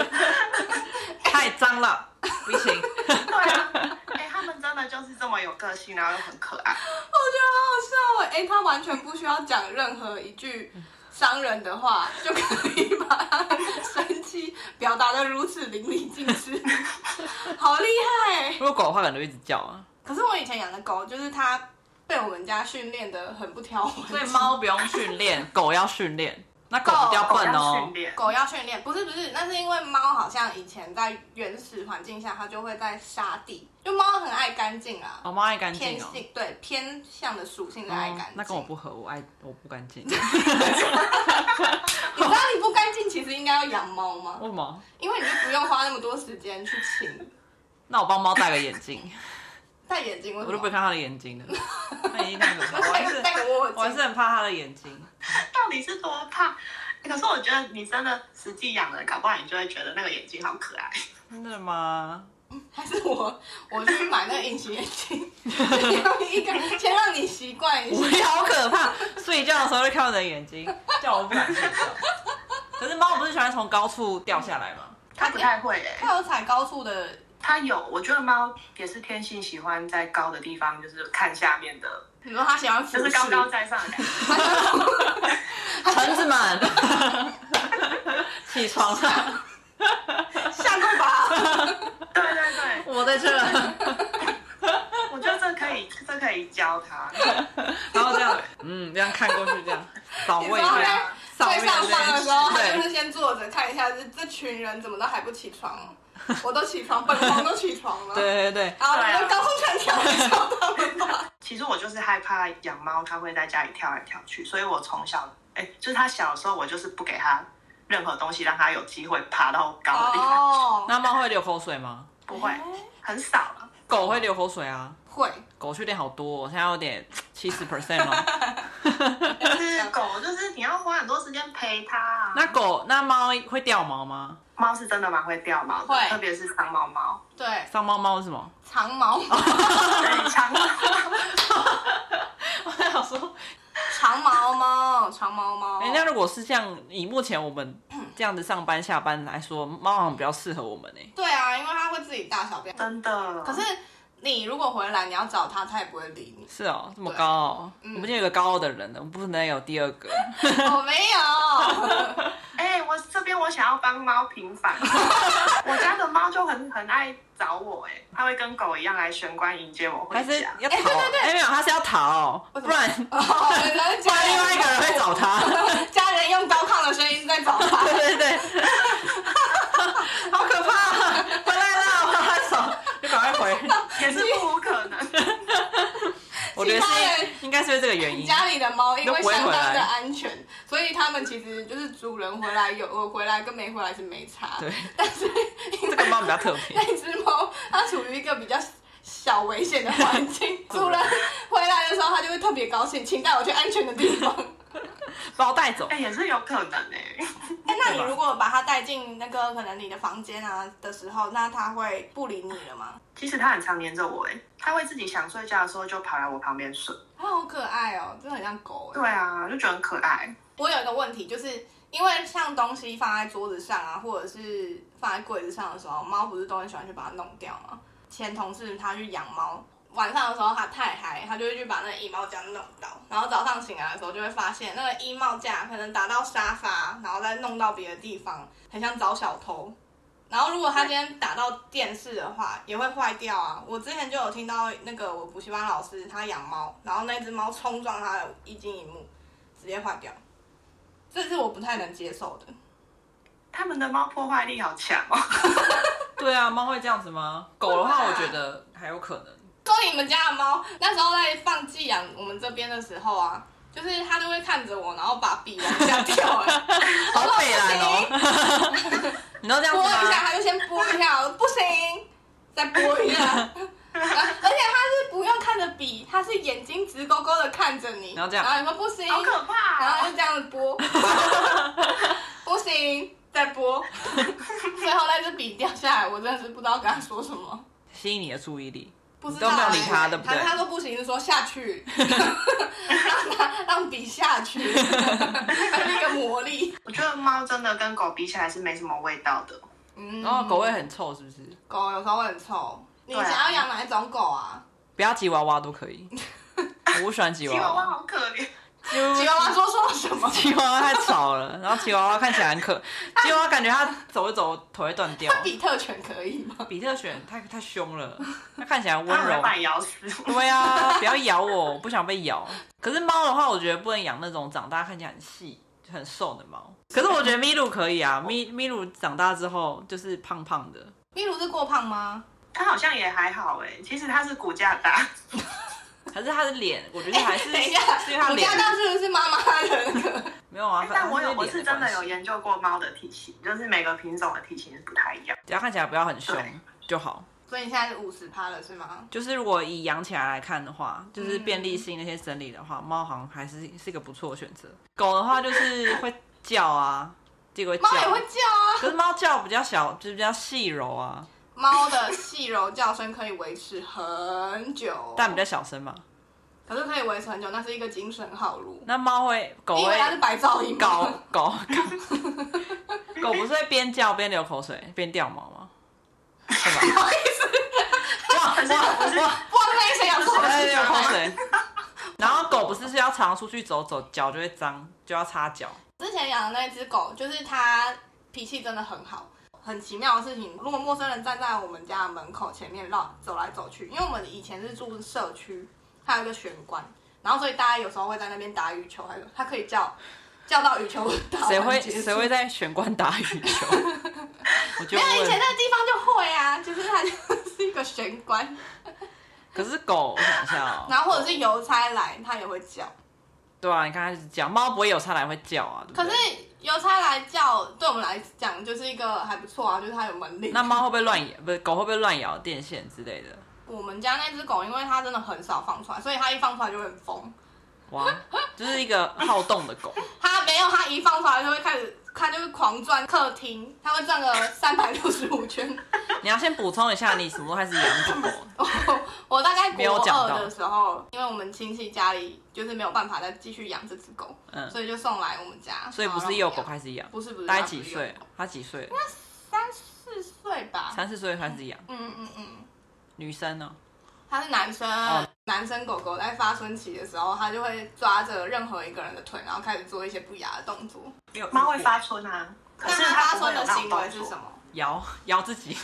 [SPEAKER 1] 太脏了，不行。
[SPEAKER 3] 对啊，哎、他们真的就是这么有个性，然后又很可爱。
[SPEAKER 2] 我觉得好好笑哎、欸！它完全不需要讲任何一句伤人的话，就可以把它生气表达的如此淋漓尽致，好厉害、欸！
[SPEAKER 1] 如果狗的话，可能就一直叫啊。
[SPEAKER 2] 可是我以前养的狗，就是它被我们家训练的很不挑环，
[SPEAKER 1] 所以猫不用训练， 狗要训练。那狗比较
[SPEAKER 3] 狗
[SPEAKER 1] 笨
[SPEAKER 3] 要
[SPEAKER 1] 哦
[SPEAKER 3] 训，练，
[SPEAKER 2] 狗要训练，不是不是，那是因为猫好像以前在原始环境下，它就会在沙地，就猫很爱干净啊，
[SPEAKER 1] 哦，猫爱干
[SPEAKER 2] 偏
[SPEAKER 1] 净哦。
[SPEAKER 2] 性对偏向的属性是爱干
[SPEAKER 1] 哦
[SPEAKER 2] 净。
[SPEAKER 1] 那跟我不合，我爱我不干 净。
[SPEAKER 2] 你知道你不干净，其实应该要养猫吗？
[SPEAKER 1] 为什么？
[SPEAKER 2] 因为你就不用花那么多时间去清
[SPEAKER 1] 那我帮猫戴个眼镜，
[SPEAKER 2] 戴眼镜，为
[SPEAKER 1] 我
[SPEAKER 2] 什
[SPEAKER 1] 就不会
[SPEAKER 2] 么？
[SPEAKER 1] 看它的眼睛了。那已经太可 怕，我
[SPEAKER 2] 戴
[SPEAKER 1] 还
[SPEAKER 2] 个
[SPEAKER 1] 是
[SPEAKER 2] 戴个窝
[SPEAKER 1] 我还
[SPEAKER 2] 窝
[SPEAKER 1] 是
[SPEAKER 2] 镜，
[SPEAKER 1] 很怕它的眼睛。
[SPEAKER 3] 到底是多胖？欸可是我觉得你真的实际养了，搞不好你就会觉得那个眼睛好可爱。
[SPEAKER 1] 真的吗？
[SPEAKER 2] 还是我 我去买那个隐形眼镜， 用一个先让你习惯一下
[SPEAKER 1] 我。也好可怕，睡觉的时候就看我的眼睛，叫我不敢 睡觉。可是猫不是喜欢从高处掉下来吗？
[SPEAKER 3] 它不太会欸诶、
[SPEAKER 2] 它有踩高速的，
[SPEAKER 3] 它有，我觉得猫也是天性喜欢在高的地方，就是看下面的，
[SPEAKER 2] 你说它喜欢
[SPEAKER 3] 就
[SPEAKER 2] 俯
[SPEAKER 3] 是
[SPEAKER 2] 视，
[SPEAKER 3] 高高在上的感觉。
[SPEAKER 1] 蚊子们，起床了，
[SPEAKER 2] 下过吧？
[SPEAKER 3] 对对对，
[SPEAKER 1] 我在这儿，
[SPEAKER 3] 我觉得这可以，这可以教它。
[SPEAKER 1] 然后这样，嗯，这样看过去，这样扫
[SPEAKER 2] 你
[SPEAKER 1] 位
[SPEAKER 2] 说
[SPEAKER 1] 这样
[SPEAKER 2] 在
[SPEAKER 1] 扫
[SPEAKER 2] 最
[SPEAKER 1] 位
[SPEAKER 2] 上方的时候，他就
[SPEAKER 1] 对，
[SPEAKER 2] 是先坐着看一下这这群人怎么都还不起床哦，我都起床，本王都起床了。
[SPEAKER 1] 对对对，
[SPEAKER 2] 然后你们高空弹跳，你找他们吧。
[SPEAKER 3] 其实我就是害怕养猫，它会在家里跳来跳去，所以我从小，哎，就是它小的时候，我就是不给它任何东西，让它有机会爬到高的地方，
[SPEAKER 2] 哦，
[SPEAKER 1] 那猫会流口水吗？
[SPEAKER 3] 不会，很少了。
[SPEAKER 1] 狗会流口水啊，
[SPEAKER 2] 会，
[SPEAKER 1] 狗去点好多、哦，我现在有点七十 percent 了。
[SPEAKER 3] 但是狗就是你要花很多时间陪它、啊。
[SPEAKER 1] 那狗那猫会掉毛吗？
[SPEAKER 3] 猫是真的蛮会掉毛的
[SPEAKER 2] 会，
[SPEAKER 3] 特别是长毛猫，
[SPEAKER 2] 对，
[SPEAKER 1] 上猫猫是什么？
[SPEAKER 2] 长毛，
[SPEAKER 3] 对，长毛。
[SPEAKER 1] 我想说，
[SPEAKER 2] 长毛猫，长毛猫。
[SPEAKER 1] 人家哎如果是这样，以目前我们这样子上班下班来说，猫好像比较适合我们诶、
[SPEAKER 2] 对啊，因为它会自己大小便。
[SPEAKER 3] 真的。
[SPEAKER 2] 可是你如果回来，你要找它，它也不会理你。
[SPEAKER 1] 是哦，这么高傲、
[SPEAKER 2] 嗯
[SPEAKER 1] 我们就有一个高傲的人了，我们不能有第二个。
[SPEAKER 2] 我哦没有。
[SPEAKER 3] 哎、我这边我想要帮猫 平反，我家的猫就很很爱找我、哎，它会跟狗一样来玄关迎接我
[SPEAKER 1] 还
[SPEAKER 3] 回
[SPEAKER 1] 是
[SPEAKER 3] 家。
[SPEAKER 1] 要逃？哎、没有，他是要逃，不然不
[SPEAKER 2] 哦，原来是家
[SPEAKER 1] 然
[SPEAKER 2] 人
[SPEAKER 1] 另外一个人会找他。
[SPEAKER 2] 家人用高亢的声音在找他，
[SPEAKER 1] 对对对， 好可怕！啊回来了，我他手，就赶快回。
[SPEAKER 3] 也是不无可能。
[SPEAKER 1] 我觉得
[SPEAKER 2] 其他
[SPEAKER 1] 是
[SPEAKER 2] 人
[SPEAKER 1] 应该是因为这个原因。
[SPEAKER 2] 家里的猫因为
[SPEAKER 1] 都
[SPEAKER 2] 相
[SPEAKER 1] 不会
[SPEAKER 2] 当
[SPEAKER 1] 回
[SPEAKER 2] 的
[SPEAKER 1] 来
[SPEAKER 2] 安全，所以他们其实就是主人回来有有回来跟没回来是没差。
[SPEAKER 1] 对，
[SPEAKER 2] 但是因
[SPEAKER 1] 这
[SPEAKER 2] 为
[SPEAKER 1] 个猫比较特别，
[SPEAKER 2] 那只猫它处于一个比较小危险的 环境，主人回来的时候它就会特别高兴，请带我去安全的地方。
[SPEAKER 1] 把我带走
[SPEAKER 3] 哎、。也是有可能哎、
[SPEAKER 2] 哎，那
[SPEAKER 1] 对
[SPEAKER 2] 你
[SPEAKER 1] 吧
[SPEAKER 2] 如果把它带进那个可能你的房间啊的时候，那它会不理你了吗？
[SPEAKER 3] 其实它很常黏着我哎、它会自己想睡觉的时候就跑来我旁边睡。
[SPEAKER 2] 它好可爱哦，真的很像狗哎。
[SPEAKER 3] 对啊，就觉得很可爱。
[SPEAKER 2] 我有一个问题，就是因为像东西放在桌子上啊，或者是放在柜子上的时候，猫不是都很喜欢去把它弄掉吗？前同事他去养猫，晚上的时候他太嗨，他就会去把那个衣帽架弄到，然后早上醒来的时候就会发现那个衣帽架可能打到沙发，然后再弄到别的地方，很像找小偷。然后如果他今天打到电视的话，也会坏掉啊。我之前就有听到那个我补习班老师他养猫，然后那只猫冲撞他的一惊一幕，直接坏掉。这是我不太能接受的。
[SPEAKER 3] 他们的猫破坏力好强哦，
[SPEAKER 1] 对啊，猫会这样子吗？狗的话，我觉得还有可能。
[SPEAKER 2] 说你们家的猫那时候在放寄养我们这边的时候啊，就是它就会看着我，然后把笔往下掉、 欸，
[SPEAKER 1] 好北蓝哦！ 你都这样
[SPEAKER 2] 拨
[SPEAKER 1] 子
[SPEAKER 2] 一
[SPEAKER 1] 吗？
[SPEAKER 2] 下，它就先拨一下，我说不行，再拨一下。 啊而且它是不用看着笔，它是眼睛直勾勾的看着你，
[SPEAKER 1] 然后这样
[SPEAKER 2] 然后你说不行，
[SPEAKER 3] 好可怕、
[SPEAKER 2] 然后
[SPEAKER 3] 啊
[SPEAKER 2] 就！这样子 拨，不行，再拨。最后那支笔掉下来，我真的是不知道跟他说什么，
[SPEAKER 1] 吸引你的注意力，
[SPEAKER 2] 不知
[SPEAKER 1] 都
[SPEAKER 2] 道、
[SPEAKER 1] 没有
[SPEAKER 2] 欸。
[SPEAKER 1] 理他对不对
[SPEAKER 2] 他他说不行，是说 下去，让他让笔下去， 那个魔力。
[SPEAKER 3] 我觉得猫真的跟狗比起来是没什么味道
[SPEAKER 1] 哦
[SPEAKER 3] 的。
[SPEAKER 2] 嗯，
[SPEAKER 1] 然后狗味很臭，是不是？
[SPEAKER 2] 狗有时候会很臭。你
[SPEAKER 3] 对啊
[SPEAKER 2] 想要养哪一种狗啊？
[SPEAKER 1] 不要吉娃娃都可以，我不喜 欢吉
[SPEAKER 3] 吉
[SPEAKER 1] 娃
[SPEAKER 3] 娃娃
[SPEAKER 1] 娃，
[SPEAKER 3] 好可怜，
[SPEAKER 1] 吉娃
[SPEAKER 2] 吉娃娃说错了什 么？
[SPEAKER 1] 吉娃娃太吵 了，然后吉娃娃看起来很可，吉娃娃感觉它走一走腿会断掉。
[SPEAKER 2] 比特犬可以吗？
[SPEAKER 1] 比特犬太太凶了，它看起来温
[SPEAKER 3] 它
[SPEAKER 1] 柔
[SPEAKER 3] 会。把你咬死。
[SPEAKER 1] 对啊，不要咬我，我不想被咬。可是猫的话，我觉得不能养那种长大看起来很细、很瘦的猫。可是我觉得咪露可以 啊，
[SPEAKER 3] 哦
[SPEAKER 1] 咪咪露长大之后就是胖胖的，
[SPEAKER 2] 秘鲁是过胖吗？
[SPEAKER 3] 它好像也还好哎、其实它是骨架大，
[SPEAKER 1] 可是它的脸，我
[SPEAKER 3] 哎
[SPEAKER 1] 觉得还是、
[SPEAKER 2] 等一下
[SPEAKER 1] 是因为它
[SPEAKER 2] 骨
[SPEAKER 1] 脸
[SPEAKER 2] 架大是不是妈妈的那个？
[SPEAKER 1] 没有啊。可
[SPEAKER 3] 哎但我有
[SPEAKER 1] 它
[SPEAKER 3] 我
[SPEAKER 1] 脸
[SPEAKER 3] 是真的
[SPEAKER 1] 关系
[SPEAKER 3] 有研究过猫的体型，就是每个品种的体型是不太一样。
[SPEAKER 1] 只要啊看起来不要很凶
[SPEAKER 3] 对
[SPEAKER 1] 就好。
[SPEAKER 2] 所以你现在是五十趴了是吗？
[SPEAKER 1] 就是如果以养起来来看的话，就是
[SPEAKER 2] 嗯
[SPEAKER 1] 便利性那些整理的话，猫好像还是是一个不错的选择。狗的话就是会叫啊，这个会
[SPEAKER 2] 猫也
[SPEAKER 1] 叫
[SPEAKER 2] 会，叫啊。
[SPEAKER 1] 可是猫叫比较小，就是比较细柔啊，
[SPEAKER 2] 猫的细柔叫声可以维持很久，
[SPEAKER 1] 但比较小声嘛。
[SPEAKER 2] 可是可以维持很久，那是一个精神好路。
[SPEAKER 1] 那猫会，狗
[SPEAKER 2] 你以为它
[SPEAKER 1] 会
[SPEAKER 2] 是白噪音
[SPEAKER 1] 狗
[SPEAKER 2] 吗？
[SPEAKER 1] 狗狗，狗不是会边叫边流口水边掉毛吗？是吧？哇哇哇！
[SPEAKER 2] 不知道在想
[SPEAKER 1] 我
[SPEAKER 2] 说
[SPEAKER 1] 在
[SPEAKER 2] 什
[SPEAKER 1] 流口
[SPEAKER 2] 么。
[SPEAKER 1] 水。然后狗不是是要常常出去走走，脚就会脏，就要擦脚。
[SPEAKER 2] 之前养的那只狗，就是它脾气真的很好。很奇妙的事情，如果陌生人站在我们家的门口前面绕走来走去，因为我们以前是住社区，它有一个玄关，然后所以大家有时候会在那边打羽球，还有它可以叫叫到羽 球打完
[SPEAKER 1] 谁会
[SPEAKER 2] 结束
[SPEAKER 1] 谁会在玄关打羽 球？我就
[SPEAKER 2] 没啊有以前
[SPEAKER 1] 问。
[SPEAKER 2] 那个地方就会啊，就是它就是一个玄关，
[SPEAKER 1] 可是狗，我想一下哦。
[SPEAKER 2] 然后或者是邮差来，它也会叫。
[SPEAKER 1] 对啊，你看它就是叫，猫不会有差来会叫啊。对不
[SPEAKER 2] 可是
[SPEAKER 1] 对
[SPEAKER 2] 邮差来叫，对我们来讲就是一个还不错啊，就是它有门铃。
[SPEAKER 1] 那猫会不会乱咬？不是狗会不会乱咬电线之类的？
[SPEAKER 2] 我们家那只狗，因为它真的很少放出来，所以它一放出来就会很疯。
[SPEAKER 1] 哇，就是一个好动的狗。
[SPEAKER 2] 它没有，它一放出来就会开始，它就会狂转客厅，它会转个三百六十五圈。
[SPEAKER 1] 你要先补充一下，你什么时候开始养狗？
[SPEAKER 2] 我大 概
[SPEAKER 1] 没有
[SPEAKER 2] 国
[SPEAKER 1] 讲
[SPEAKER 2] 二
[SPEAKER 1] 到
[SPEAKER 2] 的时候，因为我们亲戚家里就是没有办法再继续养这只狗，
[SPEAKER 1] 嗯，
[SPEAKER 2] 所以就送来我们家。
[SPEAKER 1] 所以不是幼
[SPEAKER 2] 有
[SPEAKER 1] 狗，开始养，
[SPEAKER 2] 不是不是，
[SPEAKER 1] 大概
[SPEAKER 2] 它不是
[SPEAKER 1] 几岁
[SPEAKER 2] 幼狗？？
[SPEAKER 1] 它几岁？
[SPEAKER 2] 三四岁吧。
[SPEAKER 1] 三四岁开始养，
[SPEAKER 2] 嗯嗯嗯，
[SPEAKER 1] 女生哦呢？
[SPEAKER 2] 他是男生，
[SPEAKER 1] 哦
[SPEAKER 2] 男生狗狗在发春期的时候，他就会抓着任何一个人的腿，然后开始做一些不雅的动作。
[SPEAKER 1] 没有
[SPEAKER 3] 猫会发春啊，可
[SPEAKER 2] 那
[SPEAKER 3] 是
[SPEAKER 2] 他
[SPEAKER 3] 它
[SPEAKER 2] 发
[SPEAKER 3] 不会
[SPEAKER 2] 春
[SPEAKER 3] 有
[SPEAKER 2] 的
[SPEAKER 3] 那
[SPEAKER 2] 行
[SPEAKER 3] 种
[SPEAKER 2] 为
[SPEAKER 3] 动
[SPEAKER 2] 是
[SPEAKER 3] 作
[SPEAKER 2] 什。么？
[SPEAKER 1] 摇摇自 己，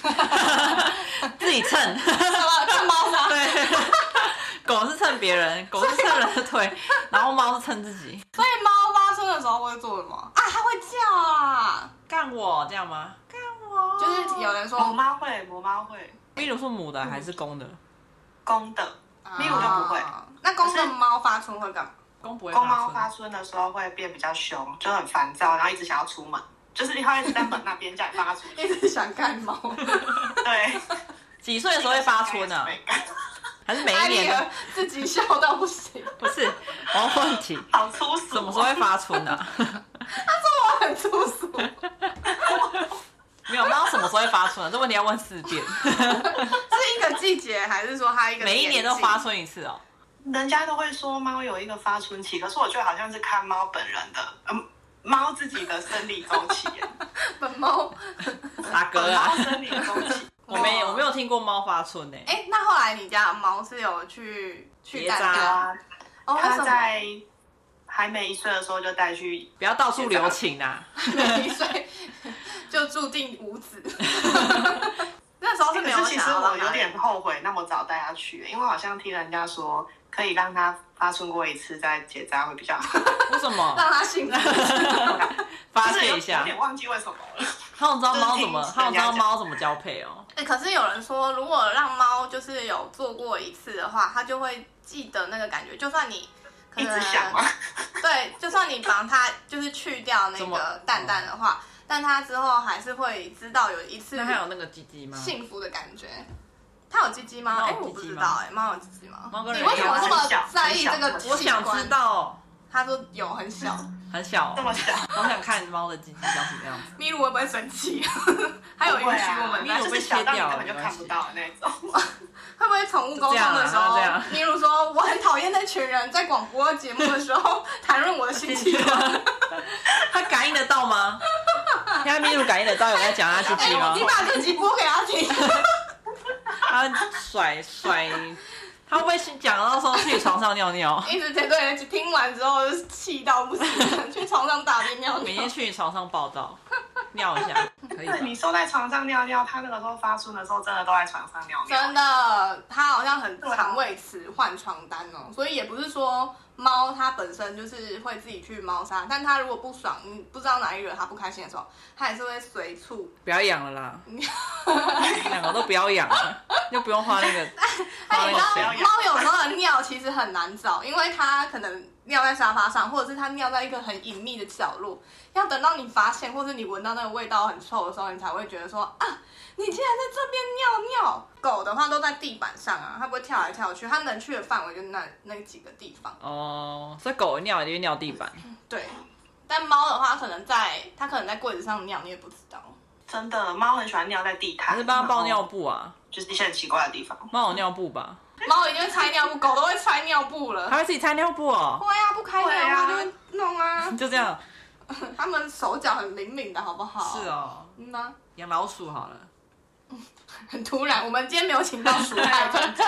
[SPEAKER 1] 自己蹭。
[SPEAKER 2] 什么？看猫砂？
[SPEAKER 1] 对， 狗是蹭别 人，狗是蹭人的腿，然后猫是蹭自己。
[SPEAKER 2] 所以猫发春的时候会做什么啊？它会叫啊！
[SPEAKER 1] 干我这样吗？干我
[SPEAKER 2] 就是有人说，
[SPEAKER 3] 母哦猫会，母猫会，
[SPEAKER 1] 比如是母的还是公的？
[SPEAKER 3] 公的
[SPEAKER 2] 啊
[SPEAKER 3] 咪我就不会。
[SPEAKER 2] 那公
[SPEAKER 3] 可
[SPEAKER 2] 的
[SPEAKER 3] 是
[SPEAKER 2] 猫发春会干嘛？
[SPEAKER 1] 公不会
[SPEAKER 3] 公猫
[SPEAKER 1] 发
[SPEAKER 3] 发春的时候会变比较凶，就很烦躁，然后一直想要出门，就是它会一直在门那边叫你放它 出去。
[SPEAKER 2] 一直想干猫。
[SPEAKER 3] 对，
[SPEAKER 1] 春。几岁的时候会发春啊？
[SPEAKER 3] 哎
[SPEAKER 1] 还是每一
[SPEAKER 2] 艾丽
[SPEAKER 1] 年
[SPEAKER 2] 儿
[SPEAKER 1] 呢？
[SPEAKER 2] 自己笑到不行，
[SPEAKER 1] 不 是，我要问题，
[SPEAKER 3] 好粗俗、哦
[SPEAKER 1] 什么时候会？发春啊？
[SPEAKER 2] 我很粗 俗。
[SPEAKER 1] 没有猫什么时候会发春啊？这问题要问四 遍，
[SPEAKER 2] 是一个季节，还是说它一个
[SPEAKER 1] 每一年
[SPEAKER 2] 纪
[SPEAKER 1] 都发春一次哦。
[SPEAKER 3] 人家都会说猫有一个发春期，可是我觉得好像是看猫本人的，嗯，猫自己的生理周 期耶，
[SPEAKER 2] 本猫？
[SPEAKER 1] 大哥啊
[SPEAKER 3] 哦猫，生理周期。
[SPEAKER 1] 我没我没有听过猫发春呢、
[SPEAKER 2] 哎、那后来你家的猫是有去去
[SPEAKER 1] 结
[SPEAKER 2] 带
[SPEAKER 1] 扎
[SPEAKER 3] 有
[SPEAKER 2] 它？
[SPEAKER 3] 啊，
[SPEAKER 2] 哦，为
[SPEAKER 3] 它
[SPEAKER 2] 什么
[SPEAKER 3] 在还没一岁的时候就带去，
[SPEAKER 1] 不要到处留情啊！
[SPEAKER 2] 每一岁就注定无 子？ 那时候是没有
[SPEAKER 3] 哦可是其
[SPEAKER 2] 想
[SPEAKER 3] 实
[SPEAKER 2] 要
[SPEAKER 3] 我
[SPEAKER 2] 让它
[SPEAKER 3] 有点后悔那么早带它去，因为好像听人家说可以让它发春过一次再结扎会比较好。
[SPEAKER 1] 为什么？
[SPEAKER 2] 让它幸福。
[SPEAKER 1] 发
[SPEAKER 3] 哎就是
[SPEAKER 1] 泄
[SPEAKER 3] 有
[SPEAKER 1] 一
[SPEAKER 3] 有
[SPEAKER 1] 下，
[SPEAKER 3] 点忘记为什么了。
[SPEAKER 1] 还有你知道猫怎么，
[SPEAKER 3] 就是听
[SPEAKER 1] 还有你知道
[SPEAKER 3] 人家讲
[SPEAKER 1] 猫怎么交配哦？
[SPEAKER 2] 哎、可是有人说，如果让猫就是有做过一次的话，它就会记得那个感觉，就算你可
[SPEAKER 3] 一
[SPEAKER 2] 能
[SPEAKER 3] 直想嘛，
[SPEAKER 2] 对，就算你帮它就是去掉那
[SPEAKER 1] 怎么
[SPEAKER 2] 个蛋蛋的话，但它之后还是会知道有一次
[SPEAKER 1] 那还有那个鸡鸡吗？
[SPEAKER 2] 幸福的感觉。它有鸡鸡吗？
[SPEAKER 1] 猫有
[SPEAKER 2] 哎、
[SPEAKER 1] 鸡鸡吗
[SPEAKER 2] 我不知道哎、猫有鸡鸡吗？
[SPEAKER 1] 猫跟
[SPEAKER 2] 你
[SPEAKER 1] 人
[SPEAKER 2] 为什么这
[SPEAKER 3] 一样
[SPEAKER 2] 么
[SPEAKER 3] 很小
[SPEAKER 2] 在意这
[SPEAKER 3] 很小
[SPEAKER 2] 个
[SPEAKER 3] 很
[SPEAKER 2] 器
[SPEAKER 3] 小
[SPEAKER 1] 我想
[SPEAKER 2] 官
[SPEAKER 1] 知。道，
[SPEAKER 2] 他说有 很小，
[SPEAKER 1] 很小
[SPEAKER 3] 这
[SPEAKER 1] 哦，
[SPEAKER 3] 么想。
[SPEAKER 1] 我想看猫的鸡鸡长什么样子。
[SPEAKER 2] 咪鲁会不会生气？ 还有允
[SPEAKER 3] 不会
[SPEAKER 2] 许
[SPEAKER 3] 啊
[SPEAKER 2] 我们
[SPEAKER 1] 咪
[SPEAKER 2] 在
[SPEAKER 1] 鲁
[SPEAKER 3] 那就是小到你根本就看不到的那种。
[SPEAKER 2] 会不会宠物沟通的时候
[SPEAKER 1] 就这样啊，
[SPEAKER 2] 例如说我很讨厌那群人在广播节目的时候谈论我的 心情？
[SPEAKER 1] 他感应得到 吗？现在秘鲁感应得到有在讲他自
[SPEAKER 2] 哎、
[SPEAKER 1] 己吗
[SPEAKER 2] 你？把这集播给他听，
[SPEAKER 1] 他甩甩，他会不会讲到说去床上尿尿？
[SPEAKER 2] 一直这堆人听完之后就气到不行，去床上大便尿
[SPEAKER 1] 每天
[SPEAKER 2] 尿。
[SPEAKER 1] 去床上报道，尿一下可以吧
[SPEAKER 3] 对，？你坐在床上尿尿，他那个时候发出的时候，真的都在床上尿尿。
[SPEAKER 2] 真的，它好像很常为此换床单哦，所以也不是说猫它本身就是会自己去猫砂，但它如果不爽，你不知道哪里惹它不开心的时候，它也是会随处
[SPEAKER 1] 不要养了 啦，两个都不要养了，又不用花那 个花
[SPEAKER 2] 哎，
[SPEAKER 1] 那
[SPEAKER 2] 你
[SPEAKER 1] 个
[SPEAKER 2] 知道
[SPEAKER 1] 钱。
[SPEAKER 2] 猫有时候的尿其实很难找，因为它可能尿在沙发上，或者是它尿在一个很隐秘的角落，要等到你发现，或是你闻到那个味道很臭的时候，你才会觉得说啊，你竟然在这边尿尿。狗的话都在地板上啊，它不会跳来跳去，它能去的范围就那那几个地方。
[SPEAKER 1] 哦，所以狗尿一定会尿地板，
[SPEAKER 2] 对，但猫的话，它可能在它可能在柜子上尿，你也不知道。
[SPEAKER 3] 真的，猫很喜欢尿在地毯，
[SPEAKER 1] 还是帮它抱
[SPEAKER 3] 然
[SPEAKER 1] 尿
[SPEAKER 3] 后
[SPEAKER 1] 布啊？
[SPEAKER 3] 就是一些很奇怪的地方。
[SPEAKER 1] 猫有尿布吧？
[SPEAKER 2] 猫一定会拆尿布，狗都会拆尿布了。
[SPEAKER 1] 它会自己拆尿布哦，
[SPEAKER 2] 会啊，不开
[SPEAKER 3] 会
[SPEAKER 2] 尿
[SPEAKER 3] 啊
[SPEAKER 2] 布就会弄 啊。
[SPEAKER 1] 就这样。
[SPEAKER 2] 它们手脚很灵敏的好不好？
[SPEAKER 1] 是哦，
[SPEAKER 2] 嗯呐、
[SPEAKER 1] 养老鼠好了。
[SPEAKER 2] 很突然，我们今天没有请到鼠爱团 长，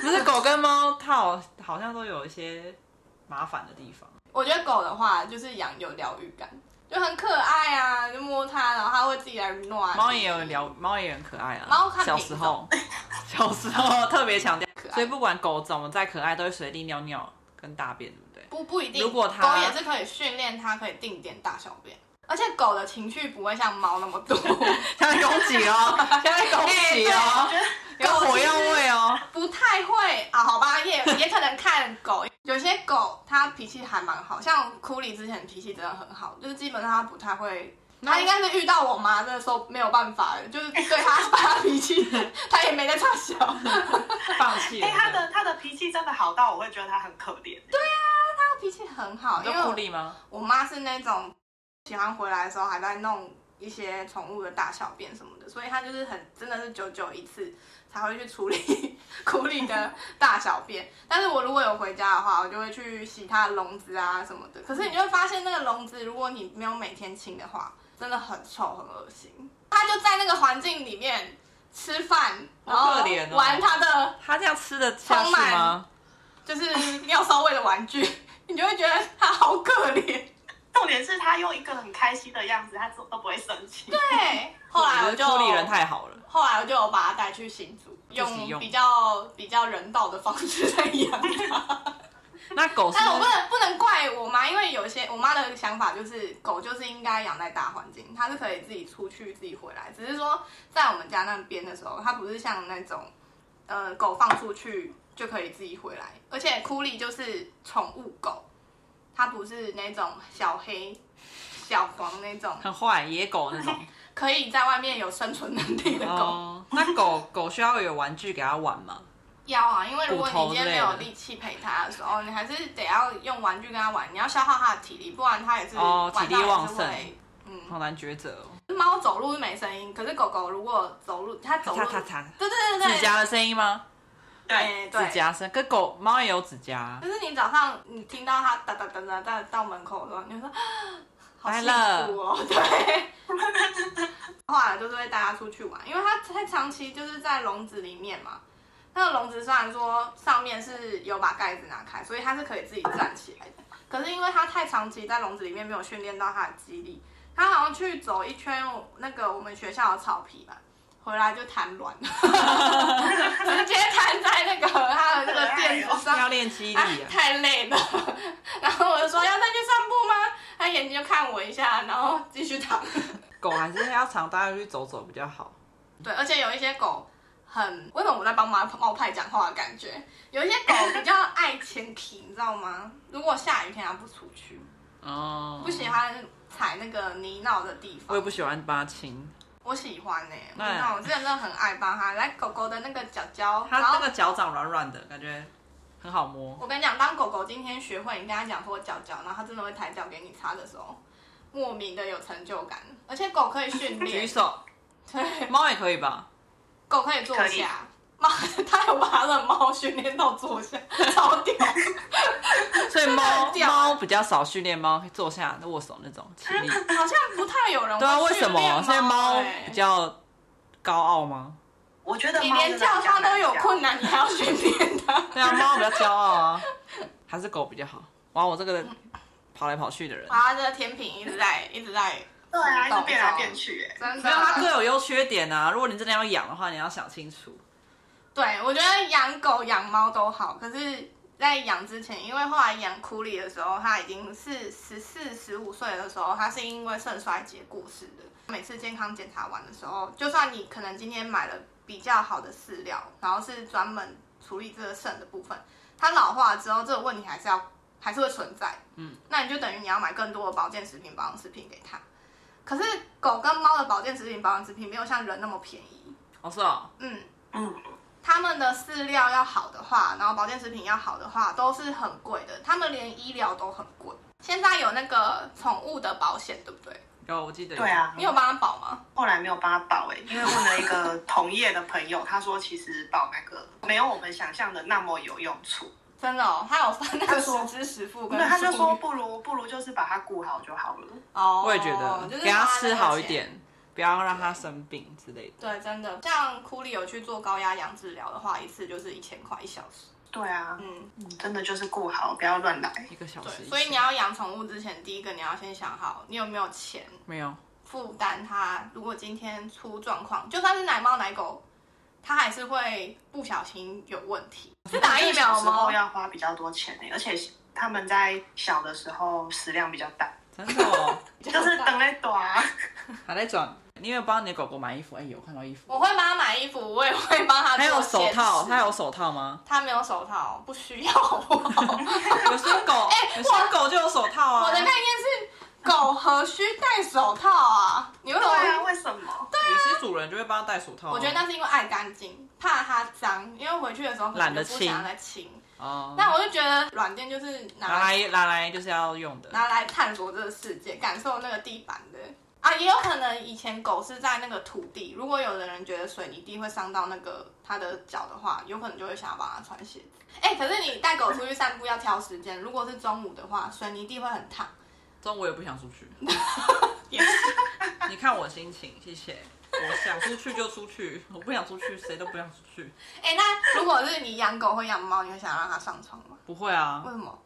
[SPEAKER 1] 不是狗跟猫，它好好像都有一些麻烦的地方。
[SPEAKER 2] 我觉得狗的话，就是养有疗愈感，就很可爱啊，就摸它，然后它会自己来弄啊。
[SPEAKER 1] 猫也有聊，猫也很可爱啊。
[SPEAKER 2] 猫看
[SPEAKER 1] 小
[SPEAKER 2] 品
[SPEAKER 1] 时
[SPEAKER 2] 种
[SPEAKER 1] 候， 小时候特别强调
[SPEAKER 2] 可，爱
[SPEAKER 1] 所以不管狗怎么再可爱，都会随地尿尿跟大便，对不对？
[SPEAKER 2] 不不一定，
[SPEAKER 1] 如果它
[SPEAKER 2] 狗也是可以训练它，可以定点大小便，而且狗的情绪不会像猫那么 多，
[SPEAKER 1] 现在攻击哦，现在攻击哦，
[SPEAKER 2] 哎
[SPEAKER 1] 有火药味哦。
[SPEAKER 2] 不太会啊，好吧，也也可能看狗，有些狗它脾气还蛮好，像库里之前脾气真的很好，就是基本上它不太会。它应该是遇到我妈那时候没有办法了，就是对它发脾 气，它也没在插小。它
[SPEAKER 1] 放弃了。
[SPEAKER 3] 哎、它的它的脾气真的好到我会觉得它很可怜。对，
[SPEAKER 2] 脾气很好，因
[SPEAKER 1] 有酷
[SPEAKER 2] 为
[SPEAKER 1] 力吗？
[SPEAKER 2] 我妈是那种喜欢回来的时候还在弄一些宠物的大小便什么的，所以她就是很真的是久久一次才会去处理 库里的大小便。但是我如果有回家的话，我就会去洗它的笼子啊什么的。可是你就会发现那个笼子，如果你没有每天清的话，真的很臭很恶心。它就在那个环境里面吃饭，然
[SPEAKER 1] 好
[SPEAKER 2] 后
[SPEAKER 1] 可怜哦
[SPEAKER 2] 玩它的
[SPEAKER 1] 它这样吃的下去
[SPEAKER 2] 充满
[SPEAKER 1] 吗？
[SPEAKER 2] 就是尿骚味的玩具， 你就会觉得它好可怜。
[SPEAKER 3] 重点是它用一个很开心的样子，它都都不会生气。对，
[SPEAKER 2] 对，后来我
[SPEAKER 1] 觉
[SPEAKER 2] 就
[SPEAKER 1] 得库力人太好了，
[SPEAKER 2] 后来我就有把它带去新竹，
[SPEAKER 1] 用
[SPEAKER 2] 用比较比较人道的方式在养 它。
[SPEAKER 1] 那狗是
[SPEAKER 2] 但我不能不能怪我妈，因为有些我妈的想法就是狗就是应该养在大环境，它是可以自己出去自己回来，只是说在我们家那边的时候，它不是像那种呃狗放出去就可以自己回来，而且库里就是宠物狗，它不是那种小黑小黄那种。
[SPEAKER 1] 很坏，野狗那种。
[SPEAKER 2] 可以在外面有生存能力的狗。
[SPEAKER 1] 哦，那狗狗需要有玩具给它玩吗？
[SPEAKER 2] 要啊，因为如果你
[SPEAKER 1] 骨头
[SPEAKER 2] 今天没
[SPEAKER 1] 之类
[SPEAKER 2] 有
[SPEAKER 1] 的
[SPEAKER 2] 力气陪它的时候，你还是得要用玩具跟它玩，你要消耗它的体力，不然它也是
[SPEAKER 1] 哦
[SPEAKER 2] 晚上
[SPEAKER 1] 体力
[SPEAKER 2] 也是
[SPEAKER 1] 旺盛
[SPEAKER 2] 会嗯，
[SPEAKER 1] 好难抉择哦。
[SPEAKER 2] 猫走路是没声音，可是狗狗如果走路，它走
[SPEAKER 1] 嚓
[SPEAKER 2] 路，
[SPEAKER 1] 嚓嚓，
[SPEAKER 2] 对对对
[SPEAKER 1] 指
[SPEAKER 2] 对，
[SPEAKER 1] 甲的声音吗？
[SPEAKER 2] 哎
[SPEAKER 1] 指
[SPEAKER 2] 对，
[SPEAKER 1] 甲声，跟狗猫也有指甲
[SPEAKER 2] 就。是你早上你听到它哒哒哒哒哒到门口的时候，你就说啊好
[SPEAKER 1] 来
[SPEAKER 2] 幸
[SPEAKER 1] 了
[SPEAKER 2] 福哦， 对。后来就是会带它出去玩，因为它它长期就是在笼子里面嘛。那个笼子虽然说上面是有把盖子拿开，所以它是可以自己站起来的。可是因为它太长期在笼子里面，没有训练到它的肌力，它好像去走一圈那个我们学校的草皮吧，回来就瘫软，直接瘫在那 个它的那个垫子上
[SPEAKER 1] 要。练肌力
[SPEAKER 2] 啊，
[SPEAKER 1] 啊！
[SPEAKER 2] 太累了。 然后我就说要再去散步吗？他眼睛就看我一下，然后继续躺。
[SPEAKER 1] 狗还是要常带出去走走比较好。
[SPEAKER 2] 对，而且有一些狗很，为什么我在帮猫猫派讲话的感觉？有一些狗比较爱前蹄，你知道吗？如果下雨天它不出去，
[SPEAKER 1] 哦，
[SPEAKER 2] 不喜，欢踩那个泥淖的地
[SPEAKER 1] 我也
[SPEAKER 2] 方。
[SPEAKER 1] 不喜哎欢八青，
[SPEAKER 2] 我喜欢呢、欸，
[SPEAKER 1] 那
[SPEAKER 2] 那我之前真的很爱帮它，来狗狗的那个脚脚，
[SPEAKER 1] 它
[SPEAKER 2] 然
[SPEAKER 1] 那
[SPEAKER 2] 后
[SPEAKER 1] 个脚掌软软的感觉很好摸。
[SPEAKER 2] 我跟你讲，当狗狗今天学会你跟它讲说脚脚，然后它真的会抬脚给你擦的时候，莫名的有成就感。而且狗可以训
[SPEAKER 1] 举
[SPEAKER 2] 练，
[SPEAKER 1] 手，
[SPEAKER 2] 对，
[SPEAKER 1] 猫也可以吧？
[SPEAKER 2] 狗可以坐
[SPEAKER 3] 可以
[SPEAKER 2] 下。妈，它有把它的猫训练到坐下，超屌。
[SPEAKER 1] 所以
[SPEAKER 2] 的
[SPEAKER 1] 猫
[SPEAKER 2] 很屌
[SPEAKER 1] 猫比较少训练猫坐下握手那种起 立。
[SPEAKER 2] 好像不太有人
[SPEAKER 1] 对啊，
[SPEAKER 2] 会
[SPEAKER 1] 为
[SPEAKER 2] 训
[SPEAKER 1] 什
[SPEAKER 2] 练
[SPEAKER 1] 么？是因为猫
[SPEAKER 2] 欸
[SPEAKER 1] 比较高傲吗？
[SPEAKER 3] 我觉得
[SPEAKER 2] 你
[SPEAKER 3] 猫
[SPEAKER 2] 连
[SPEAKER 3] 真的
[SPEAKER 2] 叫
[SPEAKER 3] 比较
[SPEAKER 2] 它都
[SPEAKER 3] 难
[SPEAKER 2] 有
[SPEAKER 3] 教
[SPEAKER 2] 困难，你还要训练它？
[SPEAKER 1] 对啊，猫比较骄傲啊，还是狗比较好？哇，我这个跑来跑去的人，
[SPEAKER 2] 啊，这个天平一直在一直在
[SPEAKER 3] 对啊，一
[SPEAKER 2] 动
[SPEAKER 3] 直变来变，去、欸，
[SPEAKER 2] 真的
[SPEAKER 1] 没有它各有优缺点啊。如果你真的要养的话，你要想清楚。
[SPEAKER 2] 对，我觉得养狗养猫都好，可是，在养之前，因为后来养库里的时候，它已经是十四、十五岁的时候，它是因为肾衰竭过世的。每次健康检查完的时候，就算你可能今天买了比较好的饲料，然后是专门处理这个肾的部分，它老化之后，这个问题还是要还是会存在。
[SPEAKER 1] 嗯，
[SPEAKER 2] 那你就等于你要买更多的保健食品、保养食品给它。可是狗跟猫的保健食品、保养食品没有像人那么便宜。
[SPEAKER 1] 哦，是哦，
[SPEAKER 2] 嗯，
[SPEAKER 3] 嗯，
[SPEAKER 2] 他们的饲料要好的话，然后保健食品要好的话，都是很贵的。他们连医疗都很贵。现在有那个宠物的保险，对不对？
[SPEAKER 1] 有我记得。
[SPEAKER 3] 对，啊，
[SPEAKER 2] 你有帮他保吗？
[SPEAKER 3] 后来没有帮他保哎、欸，因为问了一个同业的朋友，他说其实保那个没有我们想象的那么有用处。
[SPEAKER 2] 真的哦，他有分那个
[SPEAKER 3] 他说
[SPEAKER 2] 实支实付跟
[SPEAKER 3] 对，他就
[SPEAKER 2] 宠物
[SPEAKER 3] 说不如不如就是把它顾好就好了。
[SPEAKER 2] 哦，
[SPEAKER 1] 我也觉得
[SPEAKER 2] 就是
[SPEAKER 1] 给它
[SPEAKER 2] 花那
[SPEAKER 1] 吃
[SPEAKER 2] 个
[SPEAKER 1] 好一
[SPEAKER 2] 钱。
[SPEAKER 1] 点，不要让它生病之类的。
[SPEAKER 2] 对，真的，像库里有去做高压氧治疗的话，一次就是一千块一小时。
[SPEAKER 3] 对啊，
[SPEAKER 2] 嗯，
[SPEAKER 3] 真的就是顾好，不要乱来。
[SPEAKER 1] 一个小时
[SPEAKER 2] 对，
[SPEAKER 1] 哦一次，
[SPEAKER 2] 所以你要养宠物之前，第一个你要先想好你有没有钱
[SPEAKER 1] 没有
[SPEAKER 2] 负担它。如果今天出状况，就算是奶猫奶狗，它还是会不小心有问题。是打疫苗
[SPEAKER 3] 小时候
[SPEAKER 2] 吗？
[SPEAKER 3] 要花比较多钱哎、而且他们在小的时候食量比较大，
[SPEAKER 1] 真的哦，
[SPEAKER 3] 就是等啊来短。
[SPEAKER 1] 还在转。你有没有帮你的狗狗买衣服？哎、有看到衣服，
[SPEAKER 2] 我会帮它买衣服，我也会帮它。
[SPEAKER 1] 还有手套，它有，手套吗？
[SPEAKER 2] 它没有手套，不需要好不好
[SPEAKER 1] 有些狗，有些狗就有手套啊。
[SPEAKER 2] 哎我的概念是，狗何须戴手套啊？你为什
[SPEAKER 3] 对啊，
[SPEAKER 2] 么？
[SPEAKER 3] 为什么？
[SPEAKER 1] 有些主人就会帮它戴手套啊、
[SPEAKER 2] 我觉得那是因为爱干净，怕它脏，因为回去的时候可能
[SPEAKER 1] 懒
[SPEAKER 2] 就
[SPEAKER 1] 得
[SPEAKER 2] 不
[SPEAKER 1] 清
[SPEAKER 2] 想要再清。
[SPEAKER 1] 哦，
[SPEAKER 2] 但我就觉得软垫就是拿
[SPEAKER 1] 拿
[SPEAKER 2] 来
[SPEAKER 1] 来拿来就是要用的，
[SPEAKER 2] 拿来探索这个世界，感受那个地板的啊，也有可能以前狗是在那个土地，如果有的人觉得水泥地会伤到那个它的脚的话，有可能就会想要帮它穿鞋子。哎、可是你带狗出去散步要挑时间，如果是中午的话，水泥地会很烫。
[SPEAKER 1] 中午也不想出去。
[SPEAKER 2] 也是
[SPEAKER 1] 你看我心情，谢谢。我想出去就出去，我不想出去，谁都不想出去。
[SPEAKER 2] 哎、那如果是你养狗或养猫，你会想让它上床吗？
[SPEAKER 1] 不会啊
[SPEAKER 2] 为，什么？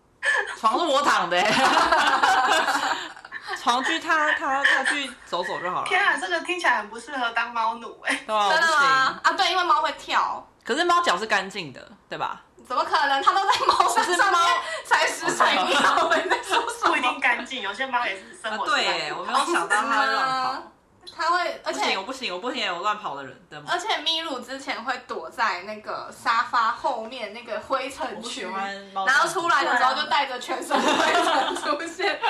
[SPEAKER 1] 床是我躺的、欸 床去他他他去走走就好了，
[SPEAKER 3] 天啊，这个听起来很不适合当猫奴哎、
[SPEAKER 1] 对吧？我
[SPEAKER 2] 真
[SPEAKER 1] 不
[SPEAKER 2] 的吗
[SPEAKER 1] 行。？
[SPEAKER 2] 啊，对，因为猫会跳，
[SPEAKER 1] 可是猫脚是干净的，对吧？
[SPEAKER 2] 怎么可能？它都在猫身
[SPEAKER 1] 是
[SPEAKER 2] 上
[SPEAKER 1] 猫
[SPEAKER 2] 面才十水 泥，我们在说什
[SPEAKER 3] 不
[SPEAKER 2] 么
[SPEAKER 3] 一？定干净，有些猫也是生
[SPEAKER 1] 啊，
[SPEAKER 3] 活哦
[SPEAKER 1] 对
[SPEAKER 3] 习惯
[SPEAKER 1] 耶，
[SPEAKER 3] 不
[SPEAKER 1] 我没
[SPEAKER 3] 好
[SPEAKER 1] 有想到它会
[SPEAKER 2] 啊
[SPEAKER 1] 乱跑。
[SPEAKER 2] 它会，而
[SPEAKER 1] 不
[SPEAKER 2] 且
[SPEAKER 1] 行，我不行，我不行，我乱跑的人，对吗？
[SPEAKER 2] 而且麋鹿之前会躲在那个沙发后面那个灰尘
[SPEAKER 1] 我不
[SPEAKER 2] 区
[SPEAKER 1] 喜，欢猫。
[SPEAKER 2] 然后出来
[SPEAKER 1] 啊
[SPEAKER 2] 的时候就带着全身灰尘出现。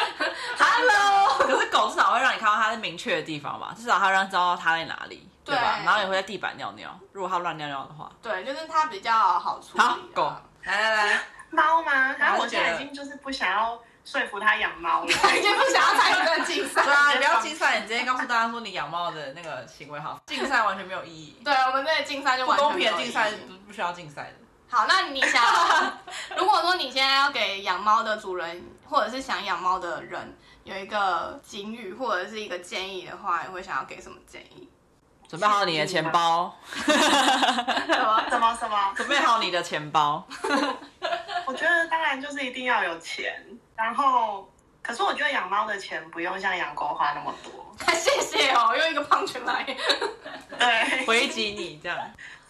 [SPEAKER 2] Hello，
[SPEAKER 1] 可是狗至少会让你看到它在明确的地方吧，至少它让知道它在哪里，对吧？
[SPEAKER 2] 对
[SPEAKER 1] 然后也会在地板尿尿，如果它乱尿尿的话。
[SPEAKER 2] 对，就是它比较好处理啊
[SPEAKER 1] 好，狗，来来 啊来，
[SPEAKER 3] 猫吗？
[SPEAKER 1] 还
[SPEAKER 3] 然后
[SPEAKER 1] 是
[SPEAKER 3] 我现
[SPEAKER 1] 觉
[SPEAKER 3] 在已
[SPEAKER 1] 得
[SPEAKER 3] 经就是不想要说服它养猫了。
[SPEAKER 2] 已经不想要参与这个竞 赛。
[SPEAKER 1] 对啊，你不要竞赛，你直接告诉大家说你养猫的那个行为 好，竞赛完全没有意义，
[SPEAKER 2] 对我们这个竞赛就
[SPEAKER 1] 不
[SPEAKER 2] 完全
[SPEAKER 1] 公平的
[SPEAKER 2] 没有
[SPEAKER 1] 竞赛
[SPEAKER 2] 意义
[SPEAKER 1] 不不需要竞赛的。
[SPEAKER 2] 好，那你 想要，如果说你现在要给养猫的主人，或者是想养猫的人有一个警语或者是一个建议的话，你会想要给什么建议？
[SPEAKER 1] 准备好你的钱包，
[SPEAKER 2] 什么
[SPEAKER 3] 什么什么？
[SPEAKER 1] 准备好你的钱包，
[SPEAKER 3] 我觉得当然就是一定要有钱，然后可是我觉得养猫的钱不用像养狗花那么多。
[SPEAKER 2] 谢谢哦，用一个胖拳来。
[SPEAKER 3] 对，
[SPEAKER 1] 回击你这 样。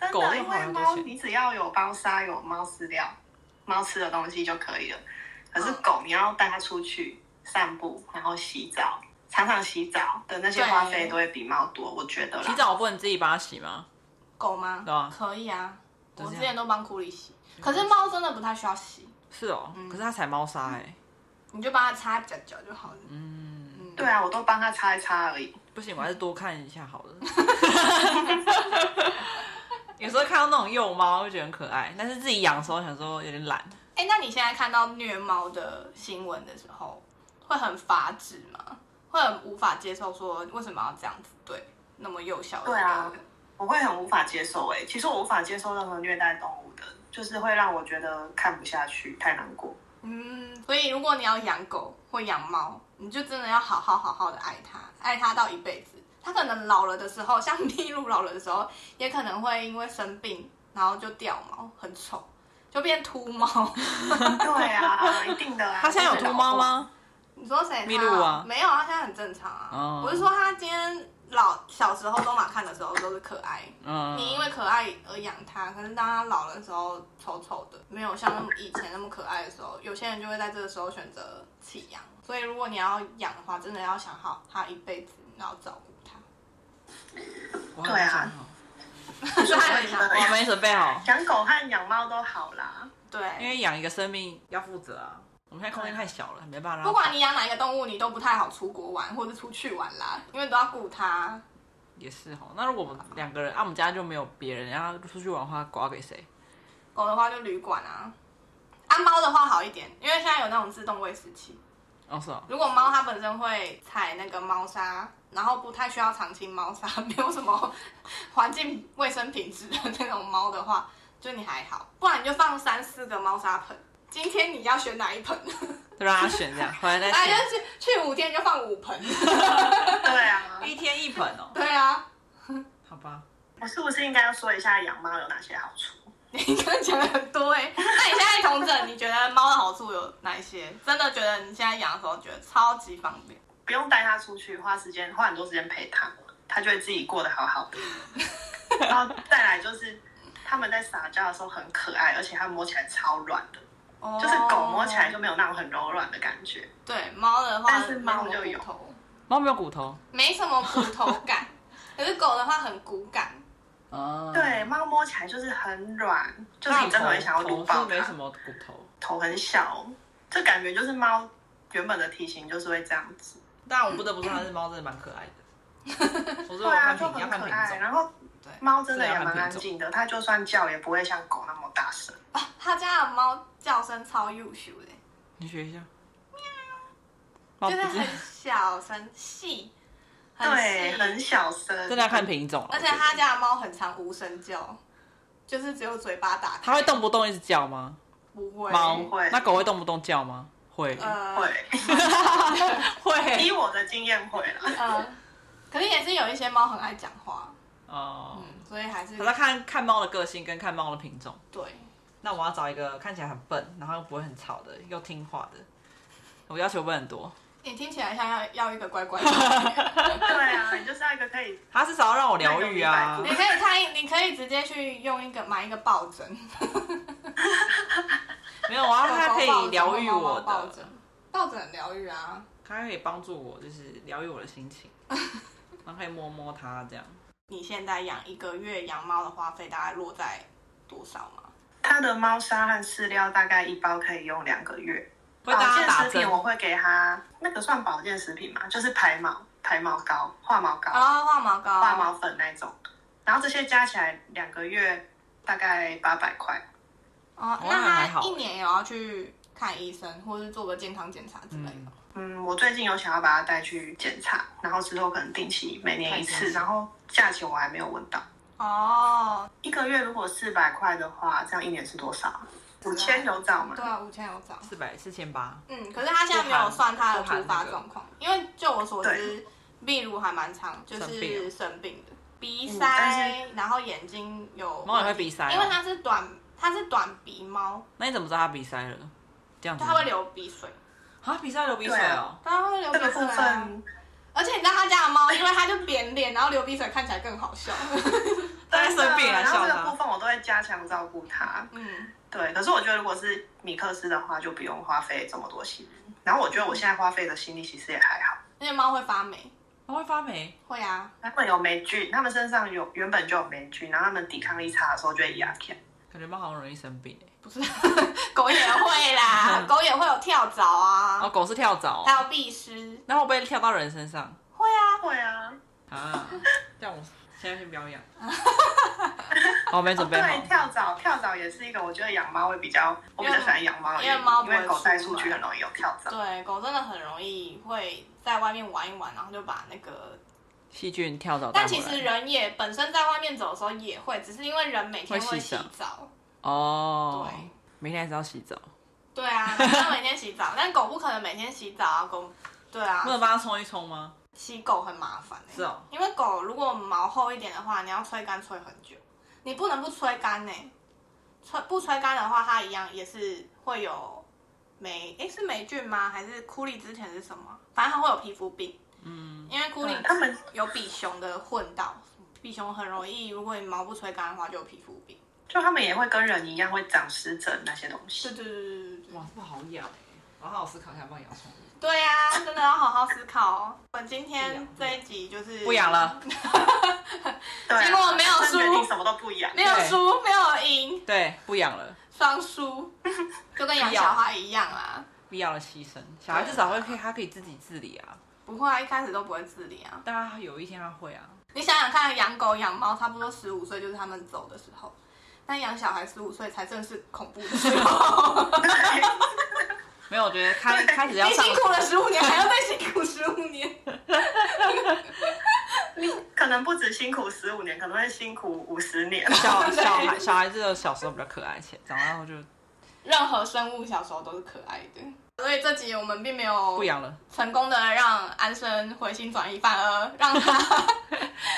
[SPEAKER 3] 真
[SPEAKER 1] 狗
[SPEAKER 3] 的，
[SPEAKER 1] 又
[SPEAKER 3] 因
[SPEAKER 1] 花
[SPEAKER 3] 为
[SPEAKER 1] 很多
[SPEAKER 3] 猫
[SPEAKER 1] 钱
[SPEAKER 3] 你只要有猫砂、有猫饲料、猫吃的东西就可以了。可是
[SPEAKER 2] 嗯
[SPEAKER 3] 狗你要带它出去散步，然后洗澡，常常洗澡的那些花费都会比猫多，我觉得啦。
[SPEAKER 1] 洗澡不能自己帮它洗吗？
[SPEAKER 2] 狗吗？
[SPEAKER 1] 对啊
[SPEAKER 2] 可以啊，
[SPEAKER 1] 就
[SPEAKER 2] 我
[SPEAKER 1] 这样
[SPEAKER 2] 之前都帮库里洗，可是猫真的不太需要洗，
[SPEAKER 1] 是哦，可是它才猫砂哎，
[SPEAKER 2] 你就帮它擦脚脚就好了。
[SPEAKER 1] 嗯
[SPEAKER 3] 对啊，我都帮它擦一擦而已。
[SPEAKER 1] 不行，我还是多看一下好 了。有时候看到那种幼猫会觉得很可爱，但是自己养的时候想说有点懒，
[SPEAKER 2] 哎、那你现在看到虐猫的新闻的时候，会很发指吗？会很无法接受，说为什么要这样子对那么幼小的
[SPEAKER 3] 对啊
[SPEAKER 2] 一个
[SPEAKER 3] 我会很无法接受哎、其实我无法接受任何虐待动物的，就是会让我觉得看不下去，太难 过。
[SPEAKER 2] 嗯，所以如果你要养狗或养猫，你就真的要好好好好的爱它，爱它到一辈子。它可能老了的时候，像 麋鹿老了的时候，也可能会因为生病，然后就掉毛，很丑，就变秃猫。
[SPEAKER 3] 对啊，一定的啊。
[SPEAKER 1] 它现在有秃猫？吗？
[SPEAKER 2] 你说谁？
[SPEAKER 1] 麋鹿啊
[SPEAKER 2] 它没有，它现在很正常啊。
[SPEAKER 1] 哦
[SPEAKER 2] 我是说它今天老小时候，东马看的时候都是可爱，
[SPEAKER 1] 嗯，
[SPEAKER 2] 你因为可爱而养它，可是当它老了的时候，丑丑的，没有像以前那么可爱的时候，有些人就会在这个时候选择弃养。所以如果你要养的话，真的要想好它一辈子，然后照顾它。
[SPEAKER 1] 我还
[SPEAKER 3] 对啊
[SPEAKER 1] 没想好
[SPEAKER 2] 所以它很想
[SPEAKER 1] 我还没准备好，
[SPEAKER 3] 养狗和养猫都好啦。
[SPEAKER 1] 因
[SPEAKER 2] 对，
[SPEAKER 1] 为养一个生命要负责啊。我们现在空间太小了，没办法让它
[SPEAKER 2] 不管你养哪一个动物，你都不太好出国玩或者出去玩啦，因为都要顾它。
[SPEAKER 1] 也是哈。那如果我们两个人，啊，我们家就没有别人，然后出去玩的话，刮给谁？
[SPEAKER 2] 狗的话就旅馆啊，啊猫的话好一点，因为现在有那种自动喂食器。
[SPEAKER 1] 哦，是哦，
[SPEAKER 2] 如果猫它本身会踩那个猫砂，然后不太需要长期猫砂，没有什么环境卫生品质的那种猫的话，就你还好。不然你就放三四个猫砂盆。今天你要选哪 一盆？
[SPEAKER 1] 就让他选这样，回来再
[SPEAKER 2] 哎，就
[SPEAKER 1] 选。
[SPEAKER 2] 是去五天就放五盆。
[SPEAKER 3] 对 啊，
[SPEAKER 1] 一天一盆哦，
[SPEAKER 2] 对啊，
[SPEAKER 1] 好吧。
[SPEAKER 3] 我是不是应该要说一下养猫有哪些好处？
[SPEAKER 2] 你刚刚讲了很多哎、那你现在同整，你觉得猫的好处有哪一些？真的觉得你现在养的时候觉得超级方便。
[SPEAKER 3] 不用带它出去，花时间花很多时间陪它，它就会自己过得好好的。 然后再来就是，它们在撒娇的时候很可爱，而且它摸起来超软的，
[SPEAKER 2] 哦
[SPEAKER 3] 就是狗摸起来就没有那种很柔软的感觉。
[SPEAKER 2] 对猫的话，
[SPEAKER 3] 但是猫就有
[SPEAKER 2] 没什么骨头
[SPEAKER 1] 猫没有骨头
[SPEAKER 2] 没什么骨头 感，可是狗的话很骨感。
[SPEAKER 1] 啊，
[SPEAKER 3] 对，猫摸起来就是很软，就是你真的会想要撸
[SPEAKER 1] 头
[SPEAKER 3] 爆
[SPEAKER 1] 是没什
[SPEAKER 3] 它。
[SPEAKER 1] 么骨头，
[SPEAKER 3] 头很小，这感觉就是猫原本的体型就是会这样子。
[SPEAKER 1] 但我不得不说，那只猫真的蛮可爱的。我说
[SPEAKER 3] 对
[SPEAKER 1] 我
[SPEAKER 3] 啊，
[SPEAKER 1] 看品
[SPEAKER 3] 就
[SPEAKER 1] 要
[SPEAKER 3] 很
[SPEAKER 1] 看
[SPEAKER 3] 可
[SPEAKER 1] 品
[SPEAKER 3] 爱。
[SPEAKER 1] 种，
[SPEAKER 3] 然后
[SPEAKER 2] 对
[SPEAKER 3] 猫真的也蛮安静的，它就算叫也不会像狗那么大声。
[SPEAKER 2] 他家的猫叫声超优秀的，
[SPEAKER 1] 你学一下。猫不
[SPEAKER 2] 就是
[SPEAKER 1] 是
[SPEAKER 2] 很小声细，很
[SPEAKER 3] 对，
[SPEAKER 2] 细。
[SPEAKER 3] 很小声。
[SPEAKER 1] 真的要看品种啊，
[SPEAKER 2] 而且他家的猫很常无声叫，就是只有嘴巴打开。
[SPEAKER 1] 它会动不动一直叫吗？
[SPEAKER 2] 不会？
[SPEAKER 1] 猫
[SPEAKER 3] 会
[SPEAKER 1] 那狗会动不动叫吗？会
[SPEAKER 2] 呃
[SPEAKER 3] 会，
[SPEAKER 1] 会
[SPEAKER 3] 以我的经验会啦。
[SPEAKER 2] 呃，可是也是有一些猫很爱讲话，
[SPEAKER 1] 哦。
[SPEAKER 2] 嗯，所以还是
[SPEAKER 1] 我在看看猫的个性跟看猫的品种。
[SPEAKER 2] 对。
[SPEAKER 1] 那我要找一个看起来很笨，然后又不会很吵的，又听话的。我要求不会很多，
[SPEAKER 2] 你听起来像要要一个乖 乖的，
[SPEAKER 3] 对啊，你就是要一个可以
[SPEAKER 1] 它至少要让我疗愈啊
[SPEAKER 3] 那
[SPEAKER 2] 你。可以看一，你可以直接去用一个买一个抱枕，
[SPEAKER 1] 没有，我要它可
[SPEAKER 2] 狗狗抱
[SPEAKER 1] 以
[SPEAKER 2] 枕
[SPEAKER 1] 疗愈
[SPEAKER 2] 或猫猫
[SPEAKER 1] 我
[SPEAKER 2] 抱
[SPEAKER 1] 的
[SPEAKER 2] 枕，，抱枕很疗愈啊，
[SPEAKER 1] 它可以帮助我，就是疗愈我的心情，然后可以摸摸它这样。
[SPEAKER 2] 你现在养一个月养猫的花费大概落在多少吗？
[SPEAKER 3] 它的猫砂和饲料大概一包可以用两个月。
[SPEAKER 1] 会
[SPEAKER 3] 保
[SPEAKER 1] 大家
[SPEAKER 3] 健
[SPEAKER 1] 打
[SPEAKER 3] 食
[SPEAKER 1] 针
[SPEAKER 3] 品，我会给它那个算保健食品嘛，就是排毛、排毛膏、化毛
[SPEAKER 1] 哦
[SPEAKER 3] 膏、
[SPEAKER 2] 啊，化毛膏，
[SPEAKER 3] 化毛粉那种。然后这些加起来两个月大概八百块。
[SPEAKER 2] 哦，
[SPEAKER 1] 哦那
[SPEAKER 2] 那
[SPEAKER 1] 还
[SPEAKER 2] 他
[SPEAKER 1] 好
[SPEAKER 2] 一年有要去看医生，或是做个健康检查之类的。
[SPEAKER 1] 嗯
[SPEAKER 3] 嗯，我最近有想要把它带去检查，然后之后可能定期每年一
[SPEAKER 1] 太
[SPEAKER 3] 次，
[SPEAKER 1] 清楚
[SPEAKER 3] 然后价钱我还没有问到。
[SPEAKER 2] 哦，
[SPEAKER 3] 一个月如果四百块的话，这样一年是多少？啊五千有找吗
[SPEAKER 2] 对？啊，五千有涨。
[SPEAKER 1] 四百四千八，
[SPEAKER 2] 嗯，可是他现在没有算他的
[SPEAKER 1] 不含
[SPEAKER 2] 突发
[SPEAKER 1] 不含那个
[SPEAKER 2] 状况，因为就我所知
[SPEAKER 3] 对，
[SPEAKER 2] 秘鲁还蛮常就
[SPEAKER 1] 生病
[SPEAKER 2] 是生病的，鼻塞
[SPEAKER 3] 嗯但，
[SPEAKER 2] 然后眼睛有
[SPEAKER 1] 猫也会鼻塞哦
[SPEAKER 2] 因为它是短，它是短鼻猫，
[SPEAKER 1] 那你怎么知道它鼻塞了？这样子吗？
[SPEAKER 2] 就它会流鼻水，
[SPEAKER 1] 啊，鼻塞流鼻水
[SPEAKER 3] 对
[SPEAKER 1] 哦
[SPEAKER 3] 啊。
[SPEAKER 2] 它会流
[SPEAKER 3] 这
[SPEAKER 2] 鼻
[SPEAKER 3] 个
[SPEAKER 2] 水
[SPEAKER 3] 部
[SPEAKER 2] 啊。
[SPEAKER 3] 分，
[SPEAKER 2] 而且你知道他家的猫，因为它就扁脸，然后流鼻水看起来更好笑。
[SPEAKER 1] 大家生病
[SPEAKER 3] 对啊
[SPEAKER 1] 还
[SPEAKER 3] 然后
[SPEAKER 1] 笑
[SPEAKER 3] 这个
[SPEAKER 1] 它
[SPEAKER 3] 部。分我都会加强照顾它。
[SPEAKER 2] 嗯，
[SPEAKER 3] 对，可是我觉得如果是米克斯的话，就不用花费这么多心力。然后我觉得我现在花费的心力其实也还好，
[SPEAKER 2] 而且猫会发霉，
[SPEAKER 1] 它会发霉，
[SPEAKER 2] 会啊，
[SPEAKER 3] 它们有霉菌，它们身上有原本就有霉菌，然后它们抵抗力差的时候就会压起来。
[SPEAKER 1] 感觉猫好像容易生病哎、欸。
[SPEAKER 2] 不是 狗也会啦， 狗也会有跳蚤
[SPEAKER 1] 然后
[SPEAKER 2] 啊，
[SPEAKER 1] 哦狗是跳蚤、
[SPEAKER 2] 还有蜱虱，
[SPEAKER 1] 然后被跳到人身上
[SPEAKER 2] 会啊，
[SPEAKER 3] 会啊，
[SPEAKER 1] 啊！这样我现在先不要养。哦，没准备 好
[SPEAKER 3] 对，。跳蚤，跳蚤也是一个，我觉得养猫会比较，我比较喜欢养猫的原
[SPEAKER 2] 因为猫不
[SPEAKER 3] 因
[SPEAKER 2] 会
[SPEAKER 3] 为狗带出
[SPEAKER 2] 出
[SPEAKER 3] 去
[SPEAKER 2] 来
[SPEAKER 3] 很容易有跳蚤。
[SPEAKER 2] 对，狗真的很容易会在外面玩一玩，然后就把那个。
[SPEAKER 1] 细菌跳蚤带
[SPEAKER 2] 但
[SPEAKER 1] 回
[SPEAKER 2] 其
[SPEAKER 1] 来，
[SPEAKER 2] 实人也本身在外面走的时候也会，只是因为人每天
[SPEAKER 1] 会
[SPEAKER 2] 会
[SPEAKER 1] 洗
[SPEAKER 2] 洗
[SPEAKER 1] 澡
[SPEAKER 2] 澡。
[SPEAKER 1] 哦，
[SPEAKER 2] 对
[SPEAKER 1] 每天还是要洗澡，
[SPEAKER 2] 对啊，它每天洗澡，但狗不可能每天洗澡啊，狗。对啊
[SPEAKER 1] 不，能帮它冲一冲吗？
[SPEAKER 2] 洗狗很麻烦、欸。
[SPEAKER 1] 是哦，
[SPEAKER 2] 因为狗如果毛厚一点的话，你要吹干吹很久，你不能不吹干呢、吹不吹干的话，它一样也是会有霉，诶、是霉菌吗？还是枯痢之前是什么？反正它会有皮肤病。嗯，因为枯
[SPEAKER 3] 对
[SPEAKER 2] 痢
[SPEAKER 3] 它们
[SPEAKER 2] 有比熊的混到，比熊很容易，如果你毛不吹干的话，就有皮肤病。
[SPEAKER 3] 就它们也会跟人一样会长湿疹那些东
[SPEAKER 2] 对
[SPEAKER 3] 西。
[SPEAKER 2] 对对对对对，
[SPEAKER 1] 哇，不好养哎、我好好思考一下，帮养宠物。
[SPEAKER 2] 对呀、真的要好好思考哦。我们今天
[SPEAKER 1] 不养
[SPEAKER 2] 这一集就是
[SPEAKER 1] 不养 了，
[SPEAKER 3] 对啊，
[SPEAKER 2] 结果没有
[SPEAKER 3] 它们决
[SPEAKER 2] 输
[SPEAKER 3] 定什么都不养。
[SPEAKER 2] 没有输，没有赢，
[SPEAKER 1] 对，不养了，
[SPEAKER 2] 双输， 就跟养小孩一样啦。
[SPEAKER 1] 必要的牺牲。小孩至少会可以，他可以自己自理啊，
[SPEAKER 2] 不会啊，一开始都不会自理啊。
[SPEAKER 1] 但他有一天他会啊。
[SPEAKER 2] 你想想看，养狗养猫，差不多十五岁就是他们走的时候，但养小孩十五岁才正是恐怖的时 候。
[SPEAKER 1] 没有，我觉得开开始要
[SPEAKER 2] 你
[SPEAKER 1] 上
[SPEAKER 2] 辛苦了十五年，还要再辛苦十五年。
[SPEAKER 3] 可能不止辛苦十五年，可能会辛苦五十年。
[SPEAKER 1] 小小孩小孩子的小时候比较可爱些，长大后就
[SPEAKER 2] 任何生物小时候都是可爱的，所以这集我们并没有
[SPEAKER 1] 不养了，
[SPEAKER 2] 成功的让安生回心转意，反而让 他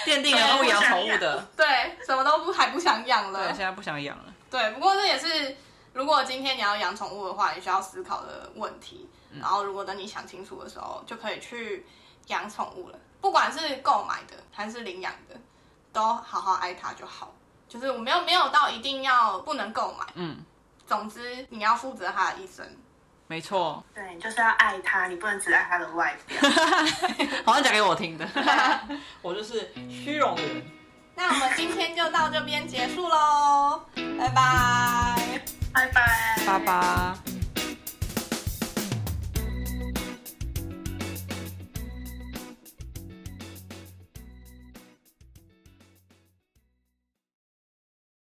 [SPEAKER 1] 奠定了不养宠物 的。
[SPEAKER 2] 对什么都不还不想养
[SPEAKER 1] 对，
[SPEAKER 2] 了
[SPEAKER 1] 现。在不想养了。
[SPEAKER 2] 对，不过这也是，如果今天你要养宠物的话，你需要思考的问题。然后，如果等你想清楚的时候，就可以去养宠物了。不管是购买的还是领养的，都好好爱它就好。就是我没有没有到一定要不能购买，
[SPEAKER 1] 嗯，
[SPEAKER 2] 总之你要负责它的一生。
[SPEAKER 1] 没错，
[SPEAKER 3] 对，就是要爱它，你不能只爱它的外表。
[SPEAKER 1] 好像讲给我听的。我就是虚荣的人。
[SPEAKER 2] 那我们今天就到这边结束喽，拜拜。
[SPEAKER 3] 拜拜，
[SPEAKER 1] 拜。拜。